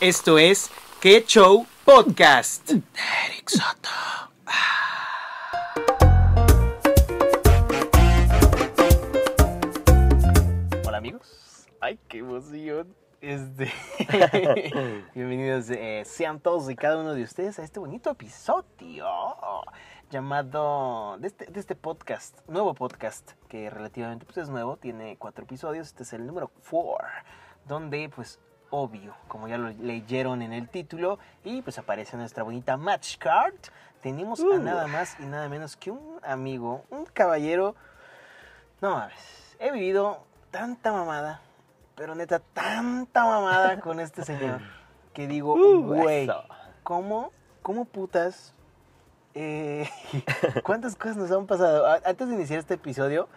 Esto es Que Show Podcast. Eric Soto. Hola amigos. Ay, qué emoción. Este... Bienvenidos eh, sean todos y cada uno de ustedes a este bonito episodio llamado de este, de este podcast, nuevo podcast que relativamente pues, es nuevo, tiene cuatro episodios, este es el número 4, donde pues obvio, como ya lo leyeron en el título y pues aparece nuestra bonita match card, tenemos a Uh. nada más y nada menos que un amigo, un caballero no mames, he vivido tanta mamada, pero neta, tanta mamada con este señor que digo, güey, eso. ¿cómo, ¿cómo putas? eh, ¿Cuántas cosas nos han pasado? A- Antes de iniciar este episodio,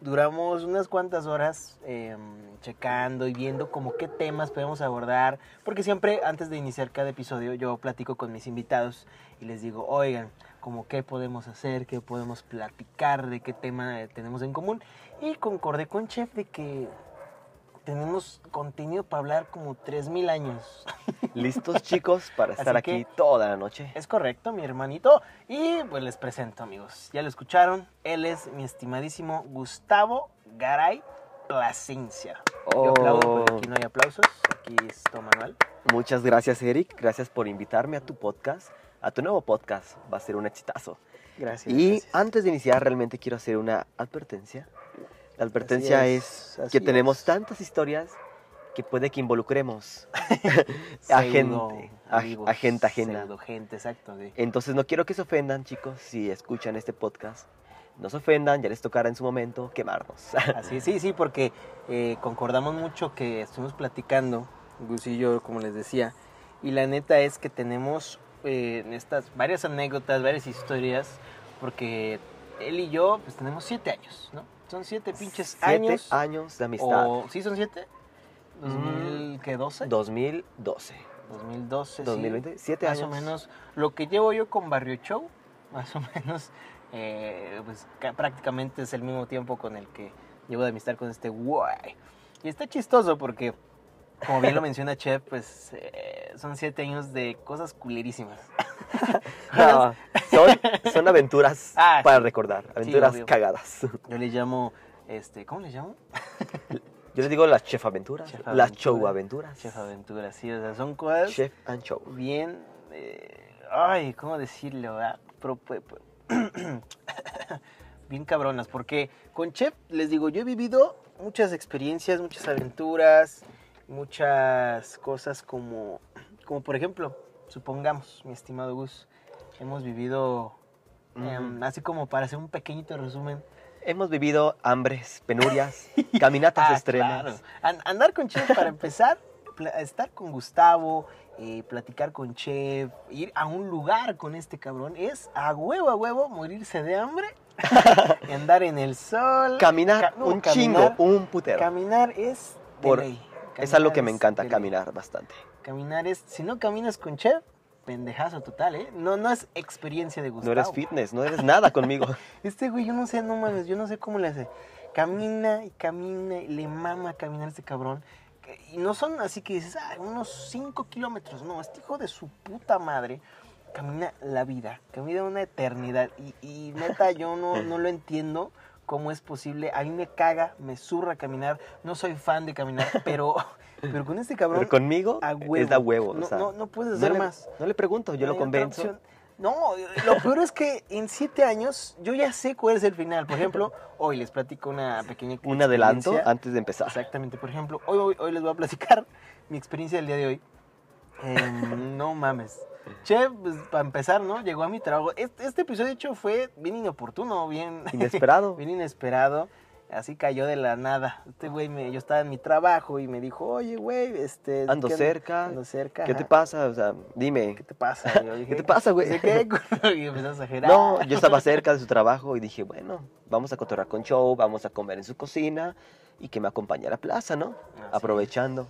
duramos unas cuantas horas eh, checando y viendo como qué temas podemos abordar, porque siempre antes de iniciar cada episodio yo platico con mis invitados y les digo, oigan, como qué podemos hacer, qué podemos platicar, de qué tema eh, tenemos en común. Y concordé con Chef de que tenemos contenido para hablar como 3.000 años. Listos chicos para Así estar aquí que- toda la noche. Es correcto, mi hermanito. Y pues les presento, amigos. Ya lo escucharon. Él es mi estimadísimo Gustavo Garay Plasencia. Yo aplaudo porque Oh, aquí no hay aplausos. Aquí es todo manual. Muchas gracias Eric, gracias por invitarme a tu podcast, a tu nuevo podcast. Va a ser un exitazo. Gracias. y gracias. antes de iniciar realmente quiero hacer una advertencia. La advertencia Así es, es, así que tenemos es. tantas historias que puede que involucremos a Pseudo gente, a- amigos, a gente ajena. pseudo gente, exacto. sí. Entonces no quiero que se ofendan, chicos, si escuchan este podcast. No se ofendan, ya les tocará en su momento quemarnos. Así, es, sí, sí, porque eh, concordamos mucho que estuvimos platicando, Gus y yo, como les decía, y la neta es que tenemos eh, estas varias anécdotas, varias historias, porque él y yo, pues tenemos siete años, ¿no? Son siete pinches Siete años. Mm. años de amistad. o, ¿Sí son siete? ¿2000 qué, 12? 2012. 2012, sí. 2020, siete más años. o menos lo que llevo yo con Barrio Show, más o menos, eh, pues ca- prácticamente es el mismo tiempo con el que llevo de amistad con este guay. Y está chistoso porque, como bien lo menciona Chef, pues eh, son siete años de cosas culerísimas. Ah, son, son aventuras Ah, para sí. recordar, aventuras obvio. cagadas. Yo le llamo, este, ¿cómo le llamo? Yo les digo las chef aventuras, Chef las aventura. show aventuras. Chef Aventura, sí, o sea, son cosas Chef and show. bien, eh, ay, ¿cómo decirlo? verdad? Pro- pro- pro- bien cabronas, porque con Chef, les digo, yo he vivido muchas experiencias, muchas aventuras, muchas cosas como, como por ejemplo, supongamos, mi estimado Gus, hemos vivido, em, Ujú. así como para hacer un pequeñito resumen. Hemos vivido hambres, penurias, caminatas Ah, extremas. claro. An- andar con Chef para empezar, pla- estar con Gustavo, eh, platicar con Chef, ir a un lugar con este cabrón, es a huevo, a huevo, morirse de hambre, y andar en el sol. Caminar Ca- no, un caminar- chingo, un putero. Caminar es de Por- ley. es algo que Caminar me es encanta, de ley. caminar bastante. Caminar es, si no caminas con Chef, pendejazo total, ¿eh? No, no es experiencia de Gustavo. No eres fitness, no eres nada conmigo. Este güey, yo no sé, no mames, yo no sé cómo le hace. Camina y camina, y le mama caminar este cabrón. Que- Y no son así que dices, ah, unos 5 kilómetros. No, este hijo de su puta madre camina la vida, camina una eternidad. Y, y neta, yo no, no lo entiendo cómo es posible. A mí me caga, me zurra caminar. No soy fan de caminar, pero, pero con este cabrón, Pero conmigo a huevo. es da huevo. o No, sea, no, no puedes hacer le, más. no le pregunto, yo No lo hay otra convenzo. opción. No, lo peor es que en siete años yo ya sé cuál es el final. Por ejemplo, hoy les platico una pequeña Un adelanto experiencia. antes de empezar. Exactamente. Por ejemplo, hoy, hoy, hoy les voy a platicar mi experiencia del día de hoy. Em, no mames. Che, pues, para empezar, ¿no? Llegó a mi trabajo. Este, este episodio, de hecho, fue bien inoportuno, bien, Inesperado. bien inesperado. Así cayó de la nada. Este güey, me- yo estaba en mi trabajo y me dijo, oye, güey, este... Ando ¿qué- cerca. Ando cerca. ¿Qué te ajá. pasa? O sea, dime. ¿Qué te pasa? Yo dije, ¿Qué te pasa, güey? ¿De qué? culo? Y empezó a exagerar. No, yo estaba cerca de su trabajo y dije, bueno, vamos a cotorrar con show, vamos a comer en su cocina y que me acompañe a la plaza, ¿no? Así Aprovechando.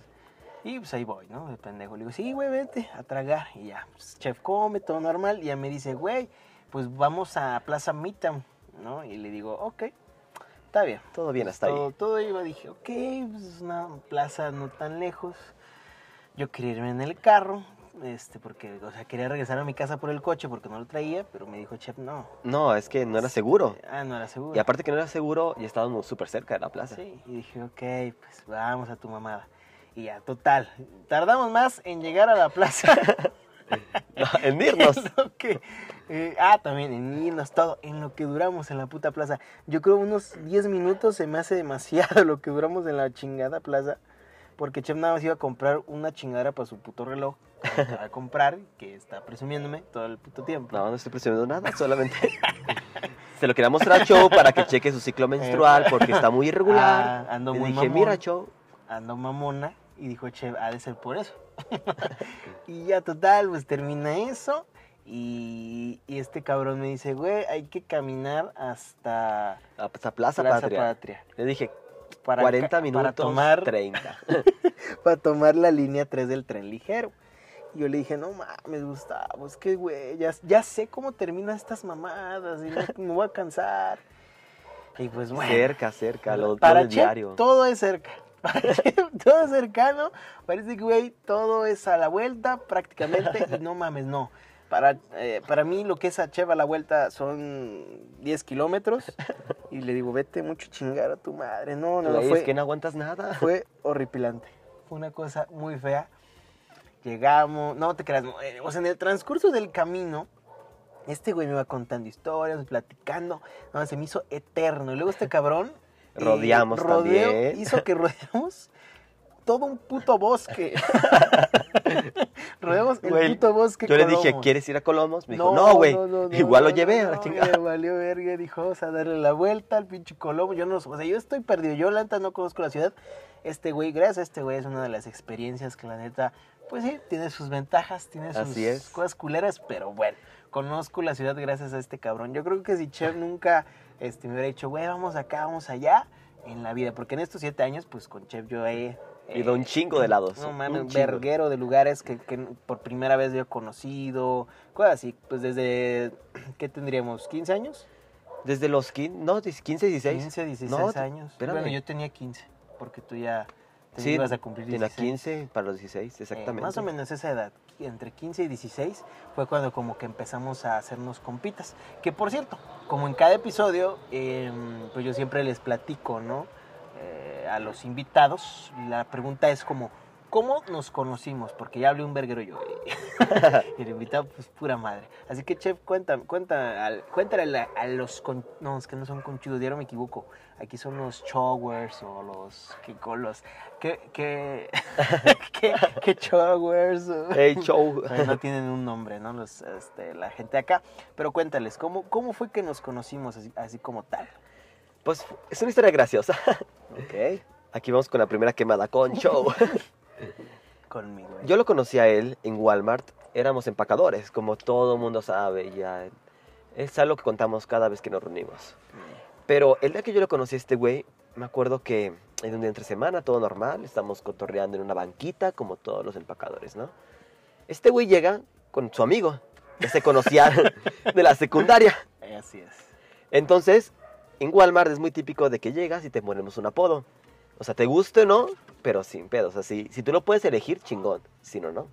Y pues ahí voy, ¿no? De pendejo. Le digo, sí, güey, vete a tragar. Y ya, pues, chef come, todo normal. Y ya me dice, güey, pues vamos a Plaza Mitam, ¿no? Y le digo, ok, está bien. Todo bien hasta todo, ahí. todo iba, dije, ok, pues es una plaza no tan lejos. Yo quería irme en el carro, este, porque, o sea, quería regresar a mi casa por el coche porque no lo traía, pero me dijo Chef, no. No, es que no era seguro. Ah, no era seguro. Y aparte que no era seguro, ya estábamos súper cerca de la plaza. Sí, y dije, ok, pues vamos a tu mamada. Y ya, total, tardamos más en llegar a la plaza. No, en irnos. en lo que, eh, ah, también en irnos todo, en lo que duramos en la puta plaza. Yo creo unos 10 minutos se me hace demasiado lo que duramos en la chingada plaza. Porque Chef nada más iba a comprar una chingadera para su puto reloj. que va a comprar, que está presumiéndome todo el puto tiempo. No, no estoy presumiendo nada, solamente se lo quería mostrar a Cho para que cheque su ciclo menstrual porque está muy irregular. Ah, ando Le muy dije, mamón. mira Cho, Andó mamona y dijo, Chef, ha de ser por eso. y ya, total, pues termina eso. Y, y este cabrón me dice, güey, hay que caminar hasta a esta plaza, Plaza patria. Patria. Le dije, para 40 ca- minutos, para tomar 30. para tomar la línea 3 del tren ligero. Y Yo le dije, no mames, Gustavo, es que, güey, ya, ya sé cómo terminan estas mamadas y no- me voy a cansar. Y pues, bueno. cerca, cerca, lo, para todo el Chep, diario. todo es cerca. Para Chep, todo es cercano. Parece que, güey, todo es a la vuelta prácticamente. Y no mames, no. Para, eh, para mí, lo que es a Cheva a la vuelta son 10 kilómetros. Y le digo, vete mucho chingar a tu madre. No, no, no. Güey, Fue, Es que no aguantas nada. fue horripilante. Fue una cosa muy fea. Llegamos, no te creas, no, eh, o sea, en el transcurso del camino, este güey me iba contando historias, platicando, no, se me hizo eterno. Y luego este cabrón... eh, Rodeamos también. Hizo que rodeamos todo un puto bosque. rodeamos el Güey, puto bosque. Yo le dije, Colomos. ¿quieres ir a Colomos? Me dijo, no, güey, no, no, igual lo no, llevé a la no, me chingada. valió verga, dijo, vamos a darle la vuelta al pinche Colombo. Yo no, o sea, yo estoy perdido. Yo, la neta, no conozco la ciudad. Este güey, gracias a este güey, es una de las experiencias que, la neta, pues sí, tiene sus ventajas, tiene sus Así es. cosas culeras, pero bueno, conozco la ciudad gracias a este cabrón. Yo creo que si Chef nunca este, me hubiera dicho, güey, vamos acá, vamos allá, en la vida, porque en estos siete años, pues con Chef yo he. eh, Y da un chingo de lados. No un mames, chingo. verguero de lugares que, que por primera vez yo he conocido, cosas así, pues desde, ¿qué tendríamos? ¿15 años? Desde los 15, no, 15, 16. 15, 16 No, te- años. espérame. Bueno, yo tenía 15, porque tú ya te Sí, ibas a cumplir Tenía 16. 15 para los 16, Eh, exactamente. más o menos esa edad, entre 15 y 16, fue cuando como que empezamos a hacernos compitas. Que por cierto, como en cada episodio, eh, pues yo siempre les platico, ¿no? Eh, a los invitados, la pregunta es como, ¿cómo nos conocimos? Porque ya hablé un verguero yo. y el invitado, pues pura madre. Así que, Chef, cuenta, cuenta, al- cuéntale a, a los... Con, no, es que no son conchudos, diario me equivoco. Aquí son los chowers o los... ¿Qué colos? ¿Qué, qué, qué, qué chowers? o- Hey, show. Ay, no tienen un nombre, ¿no? Los, este, la gente acá. Pero cuéntales, ¿cómo, cómo fue que nos conocimos así, así como tal? Pues es una historia graciosa. Ok. Aquí vamos con la primera quemada con show. Conmigo. ¿eh? Yo lo conocí a él en Walmart. Éramos empacadores, como todo mundo sabe. Ya es algo que contamos cada vez que nos reunimos. Pero el día que yo lo conocí a este güey, me acuerdo que en un día entre semana, todo normal, estamos cotorreando en una banquita, como todos los empacadores, ¿no? Este güey llega con su amigo, que se conocía de la secundaria. Eh, Así es. Entonces, en Walmart es muy típico de que llegas y te ponemos un apodo. O sea, te guste o no, pero sin pedos. O sea, si, si tú lo puedes elegir, chingón. Si no, no.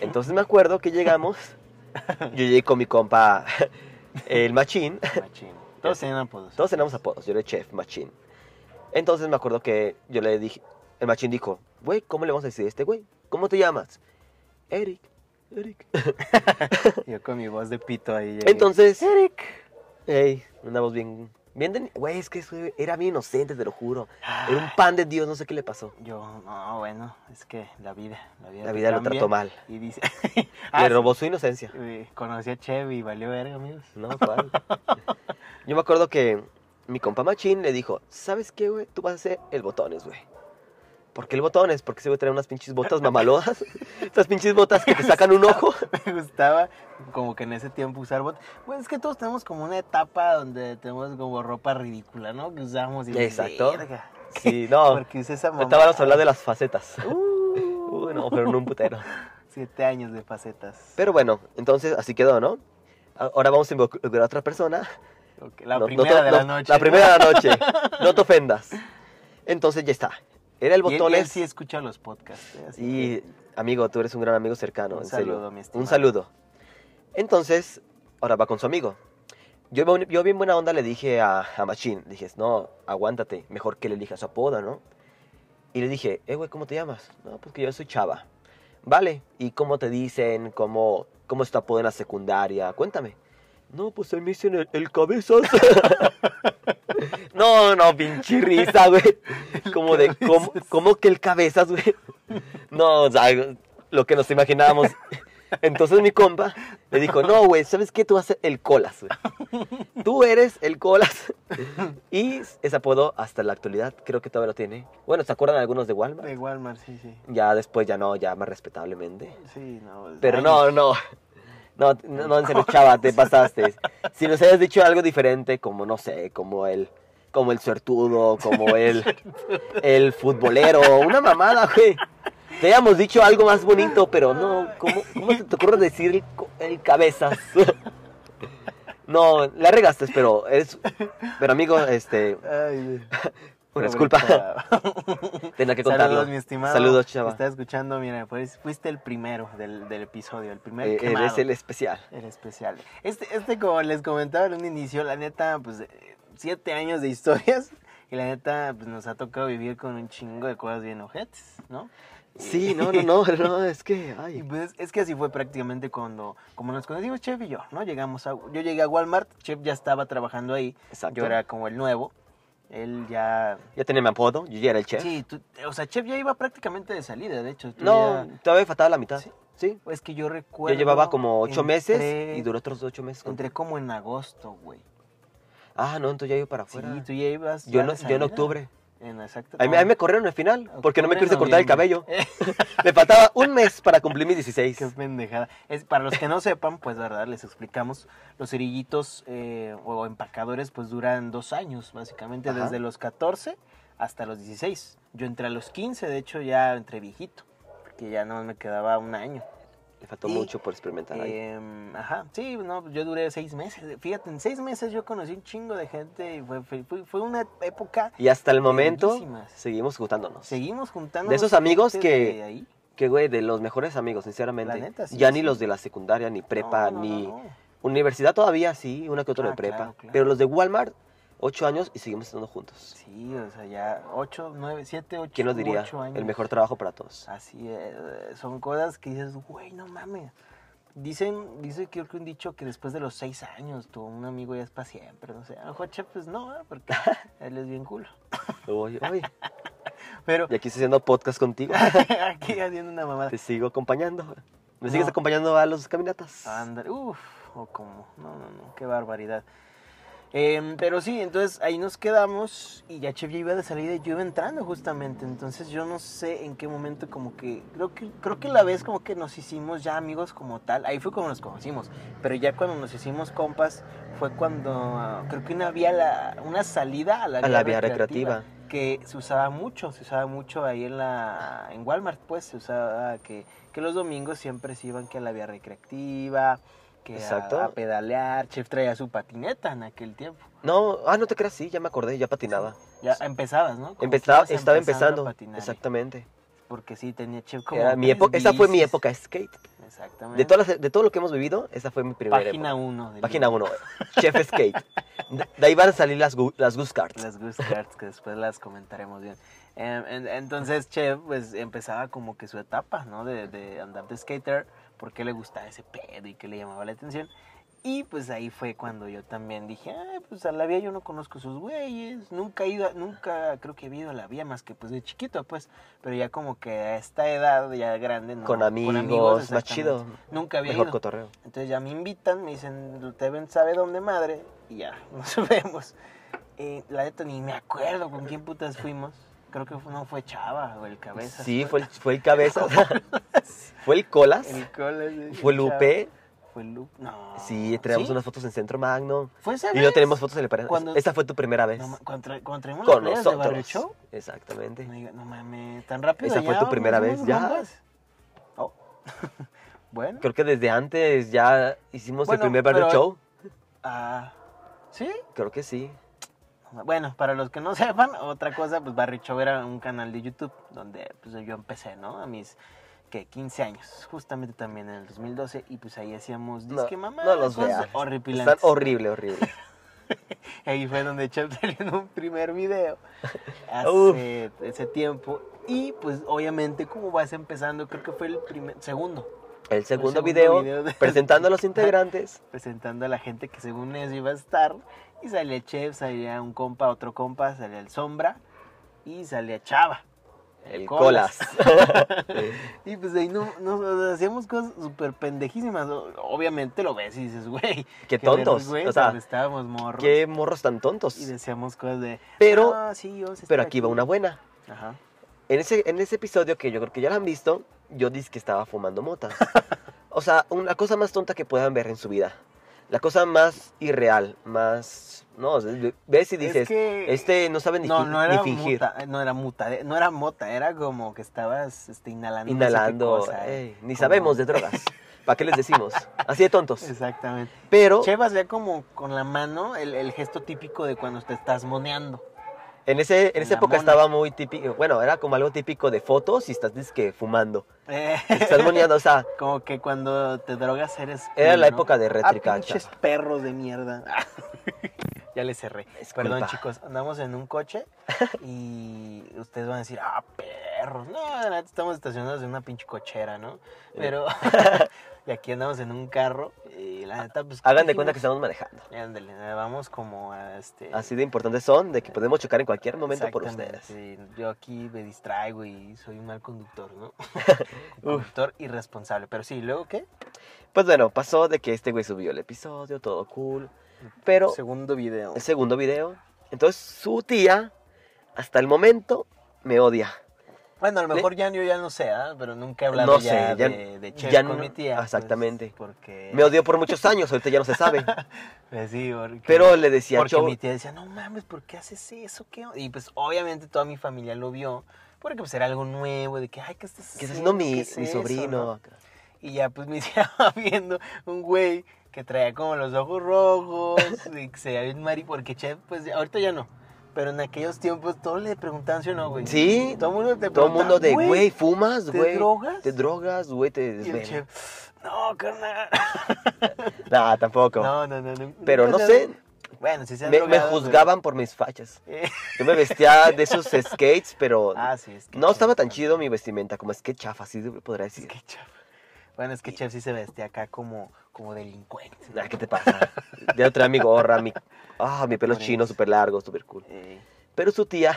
Entonces me acuerdo que llegamos. Yo llegué con mi compa, el machín. Machín. Todos tenían apodos. Todos tenemos apodos. Yo era el chef, machín. Entonces me acuerdo que yo le dije, el machín dijo, güey, ¿cómo le vamos a decir a este güey? ¿Cómo te llamas? Eric, Eric. Yo con mi voz de pito ahí. llegué. Entonces, Eric. Ey, andamos bien. Bien de- Güey, es que ese era bien inocente, te lo juro. Era un Ay, pan de Dios, no sé qué le pasó. Yo, no, bueno, es que la vida, la vida. La te vida lo cambia. trató mal. Y dice. Le Ah, robó su inocencia. sí, eh, conocí a Chevy y valió verga, amigos. No, ¿cuál? Yo me acuerdo que mi compa Machín le dijo, ¿sabes qué, güey? Tú vas a ser el botones, güey. ¿Por qué el botones? Porque se va a traer unas pinches botas mamalodas. Estas pinches botas que te sacan un ojo. Me gustaba como que en ese tiempo usar botas. Bueno, es que todos tenemos como una etapa donde tenemos como ropa ridícula, ¿no? Que usamos y dices, Exacto. "Verga, Sí, no. Porque usé esa mamá. Ahorita vamos a hablar de las facetas. Uh, Uy, no, pero no un putero. siete años de facetas. Pero bueno, entonces así quedó, ¿no? A- Ahora vamos a involucrar a otra persona. Ok, la No- no primera te- de no- la noche. La primera de la noche. No te ofendas. Entonces ya está. Era Y el él- botón y él es- sí escucha los podcasts. ¿eh? Así Y que- amigo, tú eres un gran amigo cercano, Un en serio. saludo, mi estimado. Un saludo. Entonces, ahora va con su amigo. Yo, bu- yo bien buena onda le dije a, a Machine, dije, no, aguántate, mejor que le elijas su apodo, ¿no? Y le dije, eh, güey, ¿cómo te llamas? No, pues que yo soy Chava. Vale, ¿y cómo te dicen? ¿Cómo, cómo es tu apodo en la secundaria? Cuéntame. No, pues se me dicen el, el cabezas. no, no, pinche risa, güey. Como de, ¿cómo, ¿cómo que el cabezas, güey? No, o sea, lo que nos imaginábamos. Entonces mi compa le dijo, no, güey, ¿sabes qué? Tú vas a ser el colas, güey. Tú eres el colas. Y ese apodo hasta la actualidad creo que todavía lo tiene. Bueno, ¿se acuerdan algunos de Walmart? De Walmart, sí, sí. Ya después ya no, ya más respetablemente. Sí, no. pues, Pero ay, no, no. No, no, no, en serio, chava, te pasaste. Si nos hayas dicho algo diferente, como, no sé, como el, como el suertudo, como el, el futbolero, una mamada, güey. Te hayamos dicho algo más bonito, pero no, ¿cómo, cómo se te ocurre decir el, co- el cabezas? No, la regaste, pero es, pero amigo, este, Ay, una pobre disculpa, chava. tenía que contarlo. Saludos, mi estimado. Saludos, chava. Estás escuchando, mira, pues, fuiste el primero del, del episodio, el primer Eh, quemado. eres el especial. El especial. Este, este, como les comentaba en un inicio, la neta, pues, eh, siete años de historias. Y la neta, pues, nos ha tocado vivir con un chingo de cosas bien ojetes, ¿no? Sí, no, no, no, no, es que, Y ay. pues, es que así fue prácticamente cuando, como nos conocimos Chef y yo, ¿no? Llegamos a, yo llegué a Walmart, Chef ya estaba trabajando ahí. Exacto. Yo era como el nuevo. Él ya... Ya tenía mi apodo, yo ya era el chef. Sí, tú- o sea, Chef ya iba prácticamente de salida, de hecho. tú No, ya- todavía faltaba la mitad. Sí. Sí. Es que yo Yo recuerdo... llevaba como ocho meses entré- y duró otros ocho meses. con- Entré como en agosto, güey. Ah, no, entonces ya iba para Sí, afuera. tú ya ibas... yo, ya no, de yo en salida. octubre. En exacto. A mí, a mí me corrieron al final porque no me quise Octubre, cortar el noviembre. cabello. Me faltaba un mes para cumplir mis 16. Qué pendejada. Es, para los que no sepan, pues, verdad, les explicamos. Los cerillitos eh, o empacadores, pues, duran dos años, básicamente, Ajá. desde los 14 hasta los 16. Yo entré a los 15, de hecho, ya entré viejito, porque ya no me quedaba un año. Le faltó Y, mucho por experimentar ahí. Em, ajá, sí, no, yo duré seis meses. Fíjate, en seis meses yo conocí un chingo de gente y fue, fue- fue- fue una época. Y hasta el momento lindísimas. seguimos juntándonos. Seguimos juntando. De esos amigos que- ahí. Que güey, de los mejores amigos, sinceramente. La neta, sí, ya sí. ni los de la secundaria, ni prepa, No, no, ni no, no. universidad todavía, sí, una que otra Ah, de prepa. claro, claro. Pero los de Walmart, ocho años y seguimos estando juntos. Sí, o sea, ya ocho, nueve, siete, ocho. ¿Quién nos diría? ocho años. El mejor trabajo para todos. Así es, son cosas que dices, güey, no mames. Dicen, dice creo que un dicho que después de los seis años tu un amigo ya es para siempre, no sé. A lo mejor Chef, pues no, ¿verdad? porque él es bien culo. Oye, oye. Pero Y aquí estoy haciendo podcast contigo. aquí haciendo una mamada. Te sigo acompañando. ¿Me sigues No. acompañando a las caminatas? Ándale, uff, o como, no, no, no, qué barbaridad. Em, pero sí, entonces ahí nos quedamos y ya Chef ya iba de salida y yo iba entrando justamente, entonces yo no sé en qué momento como que, creo que, creo que la vez como que nos hicimos ya amigos como tal, ahí fue como nos conocimos, pero ya cuando nos hicimos compas fue cuando ah, creo que una, había la, una salida a la, a la vía recreativa. que se usaba mucho, se usaba mucho ahí en la en Walmart, pues se usaba que, que los domingos siempre se iban que a la vía recreativa, que a- Exacto. A, pedalear, Chef traía su patineta en aquel tiempo. No, ah, no te creas, sí, ya me acordé, ya patinaba. Ya empezabas, ¿no? Como que Empezaba, ibas estaba empezando empezando. a patinar, exactamente. Porque sí tenía Chef como Era mi tres época, esa fue mi bicis. época skate. Exactamente. De, todas las- de todo lo que hemos vivido, esa fue mi primera página época. 1 Página 1. Chef Skate. De, de ahí van a salir las, gu- las Goose Cards. Las Ghost Cards, que después las comentaremos bien. Em, en- entonces, Chef, pues empezaba como que su etapa, ¿no? De, de andar de skater, porque le gustaba ese pedo y que le llamaba la atención. Y pues ahí fue cuando yo también dije, ah, pues a la vía yo no conozco sus güeyes, nunca he ido, a- nunca creo que he ido a la vía más que pues de chiquito, pues, pero ya como que a esta edad ya grande, ¿no? Con amigos, más exactamente. chido. Nunca había Mejor ido. cotorreo. Entonces ya me invitan, me dicen, te ven, sabe dónde madre, y ya, nos vemos. Eh, la neta ni me acuerdo con quién putas fuimos. Creo que fue- no fue Chava o el Cabeza. Sí, fue el, fue el cabeza. fue el colas. El Cole, Fue el Chava. Lupe. Fue Lupe, no. Sí, traíamos ¿Sí? unas fotos en Centro Magno. Fue esa Y no vez. tenemos fotos en el pared. Cuando- Esa fue tu primera vez. No, ma- cuando, tra- cuando traímos con las playeras de Barrio nosotros. Show. Exactamente. No, diga- no mames, tan rápido. Esa fue ya, tu primera ¿no vez, somos ya. compas? Oh. bueno. Creo que desde antes ya hicimos Bueno, el primer barrio pero- show. Ah, ¿Sí? Creo que sí. Bueno, para los que no sepan, otra cosa, pues Barry Show era un canal de YouTube donde pues, yo empecé, ¿no? A mis que 15 años, justamente también en el 2012 y pues ahí hacíamos No, disque mamá, no los cosas veas. horripilantes. Están horrible, horrible. Ahí fue donde Chef salió en un primer video Uf. hace ese tiempo. Y pues obviamente como vas empezando, creo que fue el primer, segundo, El segundo segundo video, video de- presentando a los integrantes. presentando a la gente que según eso iba a estar. Y salía Chef, salía un compa, otro compa, salía el Sombra y salía Chava. El Colas. colas. Y pues ahí no, nos hacíamos cosas súper pendejísimas. O- Obviamente lo ves y dices, güey. Qué vergüenza, tontos, o sea, cuando estábamos morros. Qué morros tan tontos. Y decíamos cosas de. Pero- "Ah, sí, vamos a estar Pero aquí va una buena. Ajá. En ese, en ese episodio que yo creo que ya lo han visto, yo dije que estaba fumando mota. O sea, una cosa más tonta que puedan ver en su vida. La cosa más irreal, más... No, o sea, ves y Es dices, que- este no sabe ni, No, fi- no ni era fingir. muta, eh, no era muta, eh, no era mota, era como que estabas este, inhalando. no sé qué Inhalando, cosa, eh, ey, ni como- sabemos de drogas. ¿Para qué les decimos? Así de tontos. Exactamente. Pero Chevas ya como con la mano el, el gesto típico de cuando te estás moneando. en, ese, en en esa la época mona. estaba muy típico, bueno, era como algo típico de fotos y estás dizque fumando. Eh, Estás moneando, o sea, Como que cuando te drogas eres. Era la ¿no? época de Ah, Retricacha. pinches perros de mierda. ya le cerré. Disculpa. Perdón, chicos. Andamos en un coche y ustedes van a decir, ah, perros. No, de neta, estamos estacionados en una pinche cochera, ¿no? Pero. y aquí andamos en un carro y la neta, pues. Hagan de cuenta que estamos manejando. Ándale, vamos como a este. Así de importantes son, de que podemos chocar en cualquier momento por Exactamente, ustedes. sí. Yo aquí me distraigo y soy un mal conductor, ¿no? Un conductor irresponsable. Pero sí, ¿luego qué? Pues bueno, pasó de que este güey subió el episodio, todo cool. Pero Segundo video. el segundo video, entonces su tía, hasta el momento, me odia. Bueno, a lo Le- mejor ya yo ya no sé, ¿ah? pero nunca he hablado No sé, ya, ya- de, de Chef ya con no- mi tía. pues, exactamente. porque, Me odió por muchos años, ahorita ya no se sabe. pues sí, porque, Pero le decía porque yo, mi tía decía, no mames, ¿por qué haces eso? ¿Qué? onda?" Y pues obviamente toda mi familia lo vio, porque pues era algo nuevo, de que, ay, ¿qué estás que es no mi, ¿Qué es mi eso, sobrino. no? Y ya pues mi tía va viendo un güey que traía como los ojos rojos, y que se veía bien mari, porque Chef, pues ahorita ya no. Pero en aquellos tiempos todos le preguntaban si o no, güey. Sí, Todo el mundo te todo preguntaba, el mundo de, güey, pues, fumas, ¿te güey. drogas?" Te drogas, güey, te Y el desvelas. chef, no, carnal. Nah, tampoco. No, no, no. no. Pero Nunca no se sé, han- Bueno, si se han me, me drogado, pero- juzgaban por mis fachas. Eh, Yo me vestía de esos skates, pero ah, sí, es que. no estaba tan chido mi vestimenta, como es que chafa, así de- podría Es decir. que chef. Bueno, es que Chef sí se vestía acá como, como delincuente. Ah, ¿Qué te pasa? Ya traía mi gorra, mi, ah, mi pelo Por chino eso. súper largo, súper cool. Eh, Pero su tía,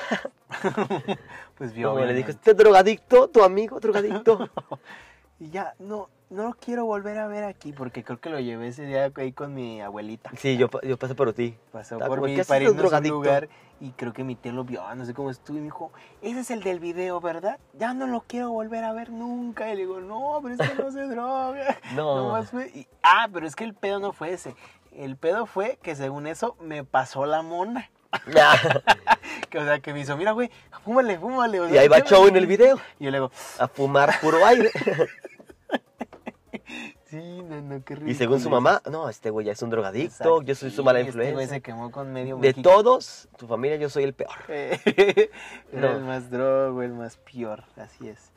pues vio. como le dijo, obviamente. este drogadicto, tu amigo drogadicto. Y ya, no, no lo quiero volver a ver aquí porque creo que lo llevé ese día ahí con mi abuelita. Sí, yo, pa- yo pasé por ti. Pasó Está por como, mí ¿qué haces para de un irnos a un drogadicto? lugar y creo que mi tío lo vio, no sé cómo estuvo y me dijo, ese es el del video, ¿verdad? Ya no lo quiero volver a ver nunca. Y le digo, no, pero es que no se droga. No, Nomás fue- y- ah, pero es que el pedo no fue ese. El pedo fue que según eso me pasó la mona. Nah. Que, o sea, que me hizo, mira, güey, fúmale, fúmale. o Ah, Y sea, ahí va yo- Chow en el video, Y yo le digo, a fumar puro aire. sí, no, no, qué rico. Y según su mamá, no, este güey ya es un drogadicto, yo soy su mala este influencia. se quemó con medio De México. todos, tu familia, yo soy el peor. Eh, Era No. el más drogo, el más peor, así es.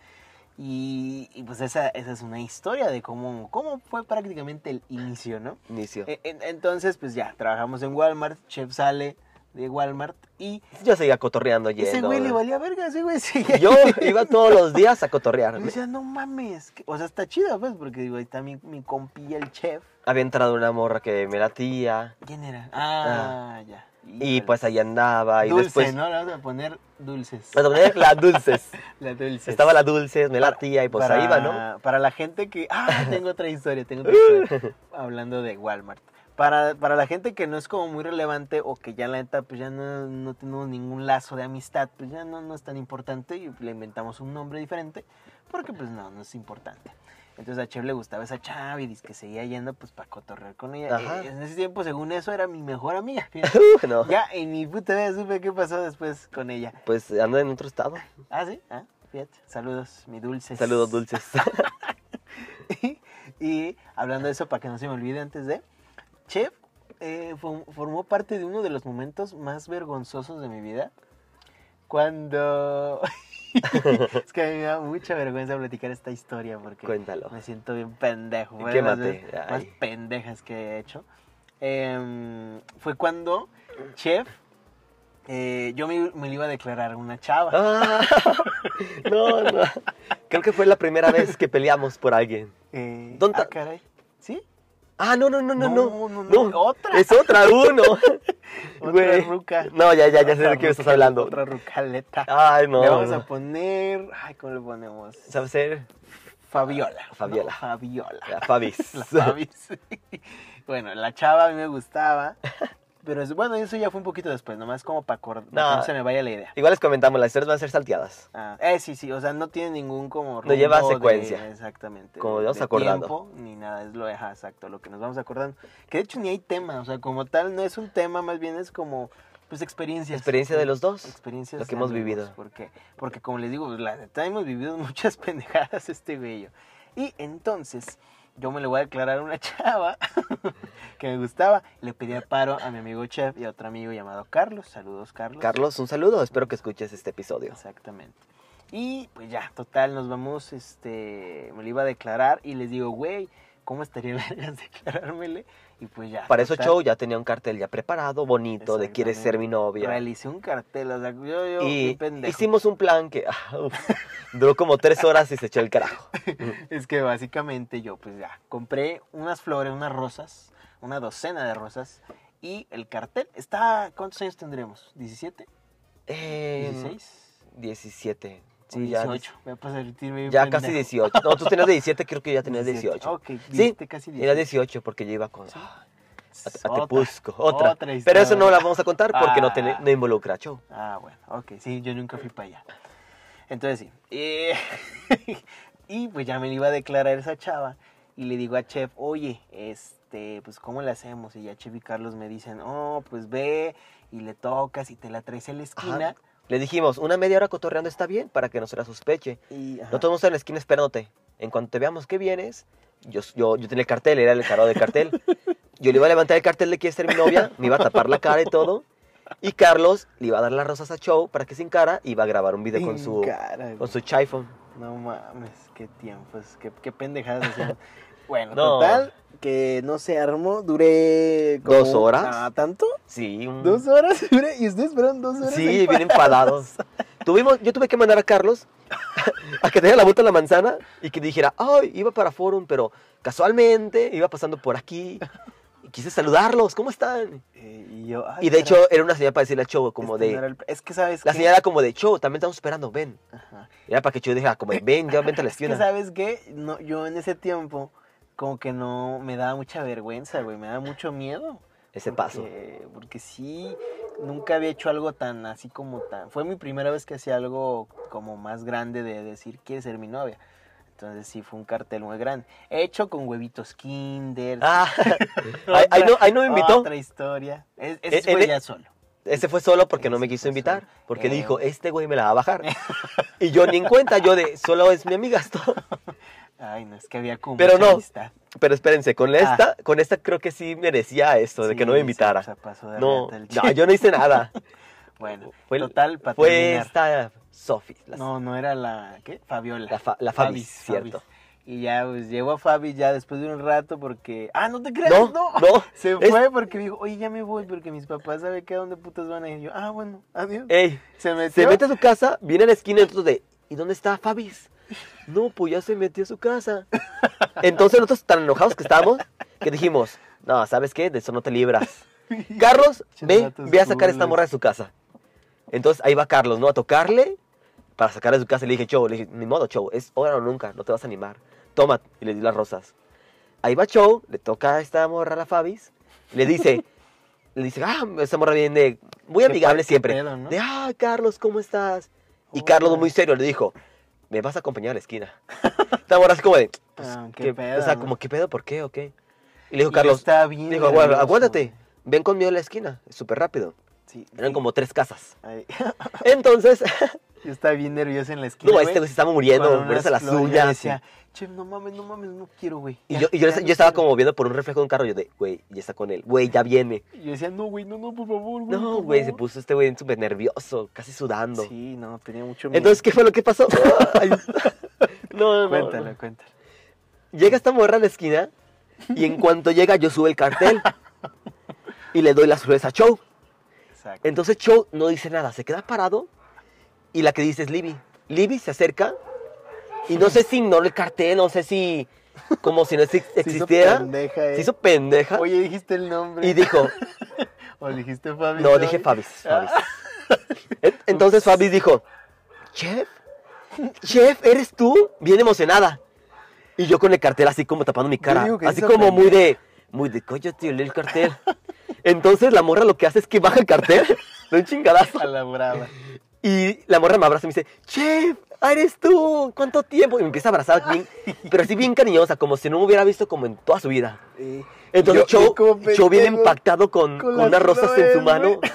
Y, y pues esa, esa es una historia de cómo, cómo fue prácticamente el inicio, ¿no? Inicio. E- en- entonces, pues ya, trabajamos en Walmart, Chef sale de Walmart y Yo seguía cotorreando yendo. ese güey le ¿no? valía verga, ese güey seguía Yo ahí. iba todos los días a cotorrear. Y decía, no mames, que- o sea, está chido, pues, porque digo, ahí está mi, mi compilla, el chef. Había entrado una morra que me latía. ¿Quién era? Ah, ya. Y pues ahí andaba. Y dulce, después. ¿no? Le vamos a poner dulces. Vamos a poner las dulces. La dulce. Estaba la dulces, me latía y pues ahí iba, ¿no? Para la gente que. Ah, tengo otra historia, tengo otra historia. Hablando de Walmart. Para, para la gente que no es como muy relevante o que ya la neta, pues ya no, no tenemos ningún lazo de amistad, pues ya no, no es tan importante y le inventamos un nombre diferente porque pues no, no es importante. Entonces a Chef le gustaba esa chava y dice que seguía yendo pues para cotorrear con ella. Ajá. Eh, En ese tiempo, según eso, era mi mejor amiga. fíjate. Uf, no. ya en mi puta vida supe qué pasó después con ella. Pues anda en otro estado. Ah, sí, ah, fíjate. Saludos, mi dulce. Saludos dulces. y hablando de eso, para que no se me olvide antes de, Chef eh, fom- formó parte de uno de los momentos más vergonzosos de mi vida. Cuando... es que a mí me da mucha vergüenza platicar esta historia porque Cuéntalo. me siento bien pendejo. Fue de las Quémate, veces más ay. pendejas que he hecho. Em, fue cuando, chef, eh, yo me, me lo iba a declarar a una chava. Ah, no, no. Creo que fue la primera vez que peleamos por alguien. Eh, ¿Dónde ah, ta- caray. ¿Sí? Ah, no, no, no, no, no. No, no, no, otra. Es otra, uno. Otra Güey. ruca. No, ya, ya, ya sé Otra de qué me estás ruca- hablando. Otra rucaleta. Ay, no. Le vamos a poner. Ay, ¿cómo le ponemos? ¿Sabes ser? Fabiola. ¿no? Fabiola. Fabiola. La Fabis. La Fabi, sí. Bueno, la chava a mí me gustaba. Pero es- bueno, eso ya fue un poquito después, nomás como para acordar. No. No. se me vaya la idea. Igual les comentamos, las historias van a ser salteadas. Ah, eh, sí, sí, o sea, no tiene ningún como. No lleva rumbo de- secuencia. exactamente. Como de- vamos de acordando. tiempo, ni nada, es lo ajá, exacto, lo que nos vamos acordando. Que de hecho ni hay tema, o sea, como tal, no es un tema, más bien es como, pues, experiencias. Experiencia de los dos. Experiencias. lo que de hemos amigos, vivido. Porque, porque como les digo, pues, la neta hemos vivido muchas pendejadas este bello. Y entonces, yo me le voy a declarar a una chava que me gustaba. Le pedí paro a mi amigo Chef y a otro amigo llamado Carlos. Saludos, Carlos. Carlos, un saludo. Espero que escuches este episodio. Exactamente. Y pues ya, total, nos vamos, este, me lo iba a declarar y les digo, güey, ¿cómo estaría vergas declarármele? Y pues ya. Para eso total, show ya tenía un cartel ya preparado, bonito, de quieres ser mi novia. Realicé un cartel, o sea, yo, yo, bien Y pendejo. hicimos un plan que ah, uf, duró como tres horas y se echó el carajo. Es que básicamente yo, pues ya, compré unas flores, unas rosas, una docena de rosas y el cartel está, ¿cuántos años tendremos? ¿17? Eh, ¿16? 17. Sí, ya, 18. Me voy a sentirme bien Ya casi pendejo. 18. No, tú tenías 17, creo que ya tenías 17. 18. Ok, Sí, dijiste casi era 18 porque yo iba con... Sí. pues, ah, a, a 18. Tepusco, otra. Pero eso no la vamos a contar porque no, tiene- no involucra show. Ah, bueno, ok, sí, yo nunca fui para allá. Entonces sí. eh, y pues ya me la iba a declarar esa chava. Y le digo a Chef, oye, este, pues ¿cómo le hacemos? Y ya Chef y Carlos me dicen, oh, pues ve y le tocas y te la traes en la esquina. Ajá. Le dijimos, una media hora cotorreando está bien para que no se la sospeche. Y, ajá. No todos en la esquina esperándote. En cuanto te veamos que vienes, yo, yo, yo tenía el cartel, era el carado de cartel. Yo le iba a levantar el cartel de quieres ser mi novia, me iba a tapar la cara y todo. Y Carlos le iba a dar las rosas a Show para que sin cara iba a grabar un video con En su, cara, con güey. su iPhone. No mames, qué tiempos, qué, qué pendejadas hacíamos. bueno, No. total, que no se armó, duré como- ¿Dos horas? Ah, ¿Tanto? Sí, un- ¿Dos horas? duré? ¿Y ustedes fueron dos horas? sí ahí bien parados? enfadados. Tuvimos, yo tuve que mandar a Carlos a que diera la vuelta a la manzana y que dijera, ay, iba para Forum, pero casualmente iba pasando por aquí. Y quise saludarlos, ¿cómo están? Eh, y yo, ay, Y de caray, hecho era una señal para decirle a Show como este de... no era el pr- es que sabes La qué? señal era como de show, también estamos esperando, ven. Ajá. Era para que yo dijera, como, ven, ya vente a la Es que esquina. sabes qué, no, yo en ese tiempo como que no me daba mucha vergüenza, güey, me daba mucho miedo. Ese paso. porque- Porque sí, nunca había hecho algo tan así como tan. Fue mi primera vez que hacía algo como más grande de decir, ¿quieres ser mi novia? Entonces sí, fue un cartel muy grande. Hecho con huevitos Kinder. Ah, ahí, ahí no, ahí no me invitó. Otra historia. Es, ese Eh, fue eh, ya solo. Ese fue solo porque no me Ese quiso fue invitar. solo. Porque Eh. dijo, este güey me la va a bajar. Y yo ni en cuenta, yo de, solo es mi amiga esto. Ay, no, es que había como. Pero mucha no, amistad. Pero espérense, con esta, con esta creo que sí merecía esto, de que Ah. Sí, no me se- invitara. se pasó de No, reata el no, chico. yo no hice nada. Bueno, Fue- total, para Fue terminar. esta Sofi. la- No, no era la, ¿qué? Fabiola. La Fa- la Fabi, cierto. Y ya, pues, llegó a Fabi ya después de un rato porque... ¡Ah, no te creas! No, ¡No! no, Se es- fue porque me dijo, oye, ya me voy porque mis papás saben que a dónde putas van a ir. Yo, ah, bueno, adiós. Ey, se metió. Eh, Se mete a su casa, viene a la esquina entonces de, ¿y dónde está Fabis? No, pues ya se metió a su casa. Entonces nosotros tan enojados que estábamos que dijimos, no, ¿sabes qué? De eso no te libras. Carlos, ve, Chalatos ve a sacar a esta culos. morra de su casa. Entonces ahí va Carlos, ¿no? A tocarle para sacar de su casa. Le dije, Chow, le dije, ni modo, Chow, es ahora o nunca, no te vas a animar. Toma, y le di las rosas. Ahí va Chow, le toca a esta morra a la Fabis, le dice, le dice, ah, esta morra viene muy Qué amigable pa- qué siempre. pedo, ¿no? De, ah, Carlos, ¿cómo estás? Y Hola. Carlos, muy serio, le dijo, me vas a acompañar a la esquina. Esta morra así como de, pues, Ah, qué ¿qué- pedo, o sea, ¿no? como, ¿qué pedo? ¿Por qué? ¿O qué? Y Y le dijo, yo Carlos, estaba bien dijo, "Aguá- nervioso, aguántate, güey. ven conmigo a la esquina, súper rápido. Sí, Eran sí. como tres casas. Ay, Entonces, Yo estaba bien nervioso en la esquina. No, este güey se estaba muriendo, con muriéndose unas las flores, yo uñas. Decía, che, no mames, no mames, no quiero, güey. Y Ya, yo, y yo, ya yo no estaba quiero". como viendo por un reflejo de un carro, yo de, güey, ya está con él, güey, ya viene. Y yo decía, no, güey, no, no, por favor, güey. No, por güey, se favor". puso este güey súper nervioso, casi sudando. Sí, no, tenía mucho miedo. Entonces, ¿qué fue lo que pasó? Ay, no, no, no, cuéntalo, no. cuéntalo. Llega esta morra a la esquina y en cuanto llega yo subo el cartel y le doy las flores a Chow. Exacto. Entonces Chow no dice nada, se queda parado y la que dice es Libby. Libby se acerca y no sé si ignoró el cartel, no sé si como si no ex- Se hizo existiera. pendeja, eh. Se hizo pendeja Oye, dijiste el nombre. y dijo, ¿O dijiste Fabi? Ah, no, dije Fabis. Fabis. En- Entonces Fabis dijo, chef, chef, ¿eres tú? Bien emocionada. Y yo con el cartel así como tapando mi cara, digo que así hizo como muy de, muy de, coño, tío, lee el cartel. Entonces la morra lo que hace es que baja el cartel de un chingadazo. A la brava. Y la morra me abraza y me dice, chef, ah, eres tú, ¿cuánto tiempo? Y me empieza a abrazar, bien, pero así bien cariñosa, como si no me hubiera visto como en toda su vida. Eh, Entonces yo- yo, yo como yo bien pendejo impactado con con, con las unas rosas en su flores, mano. güey.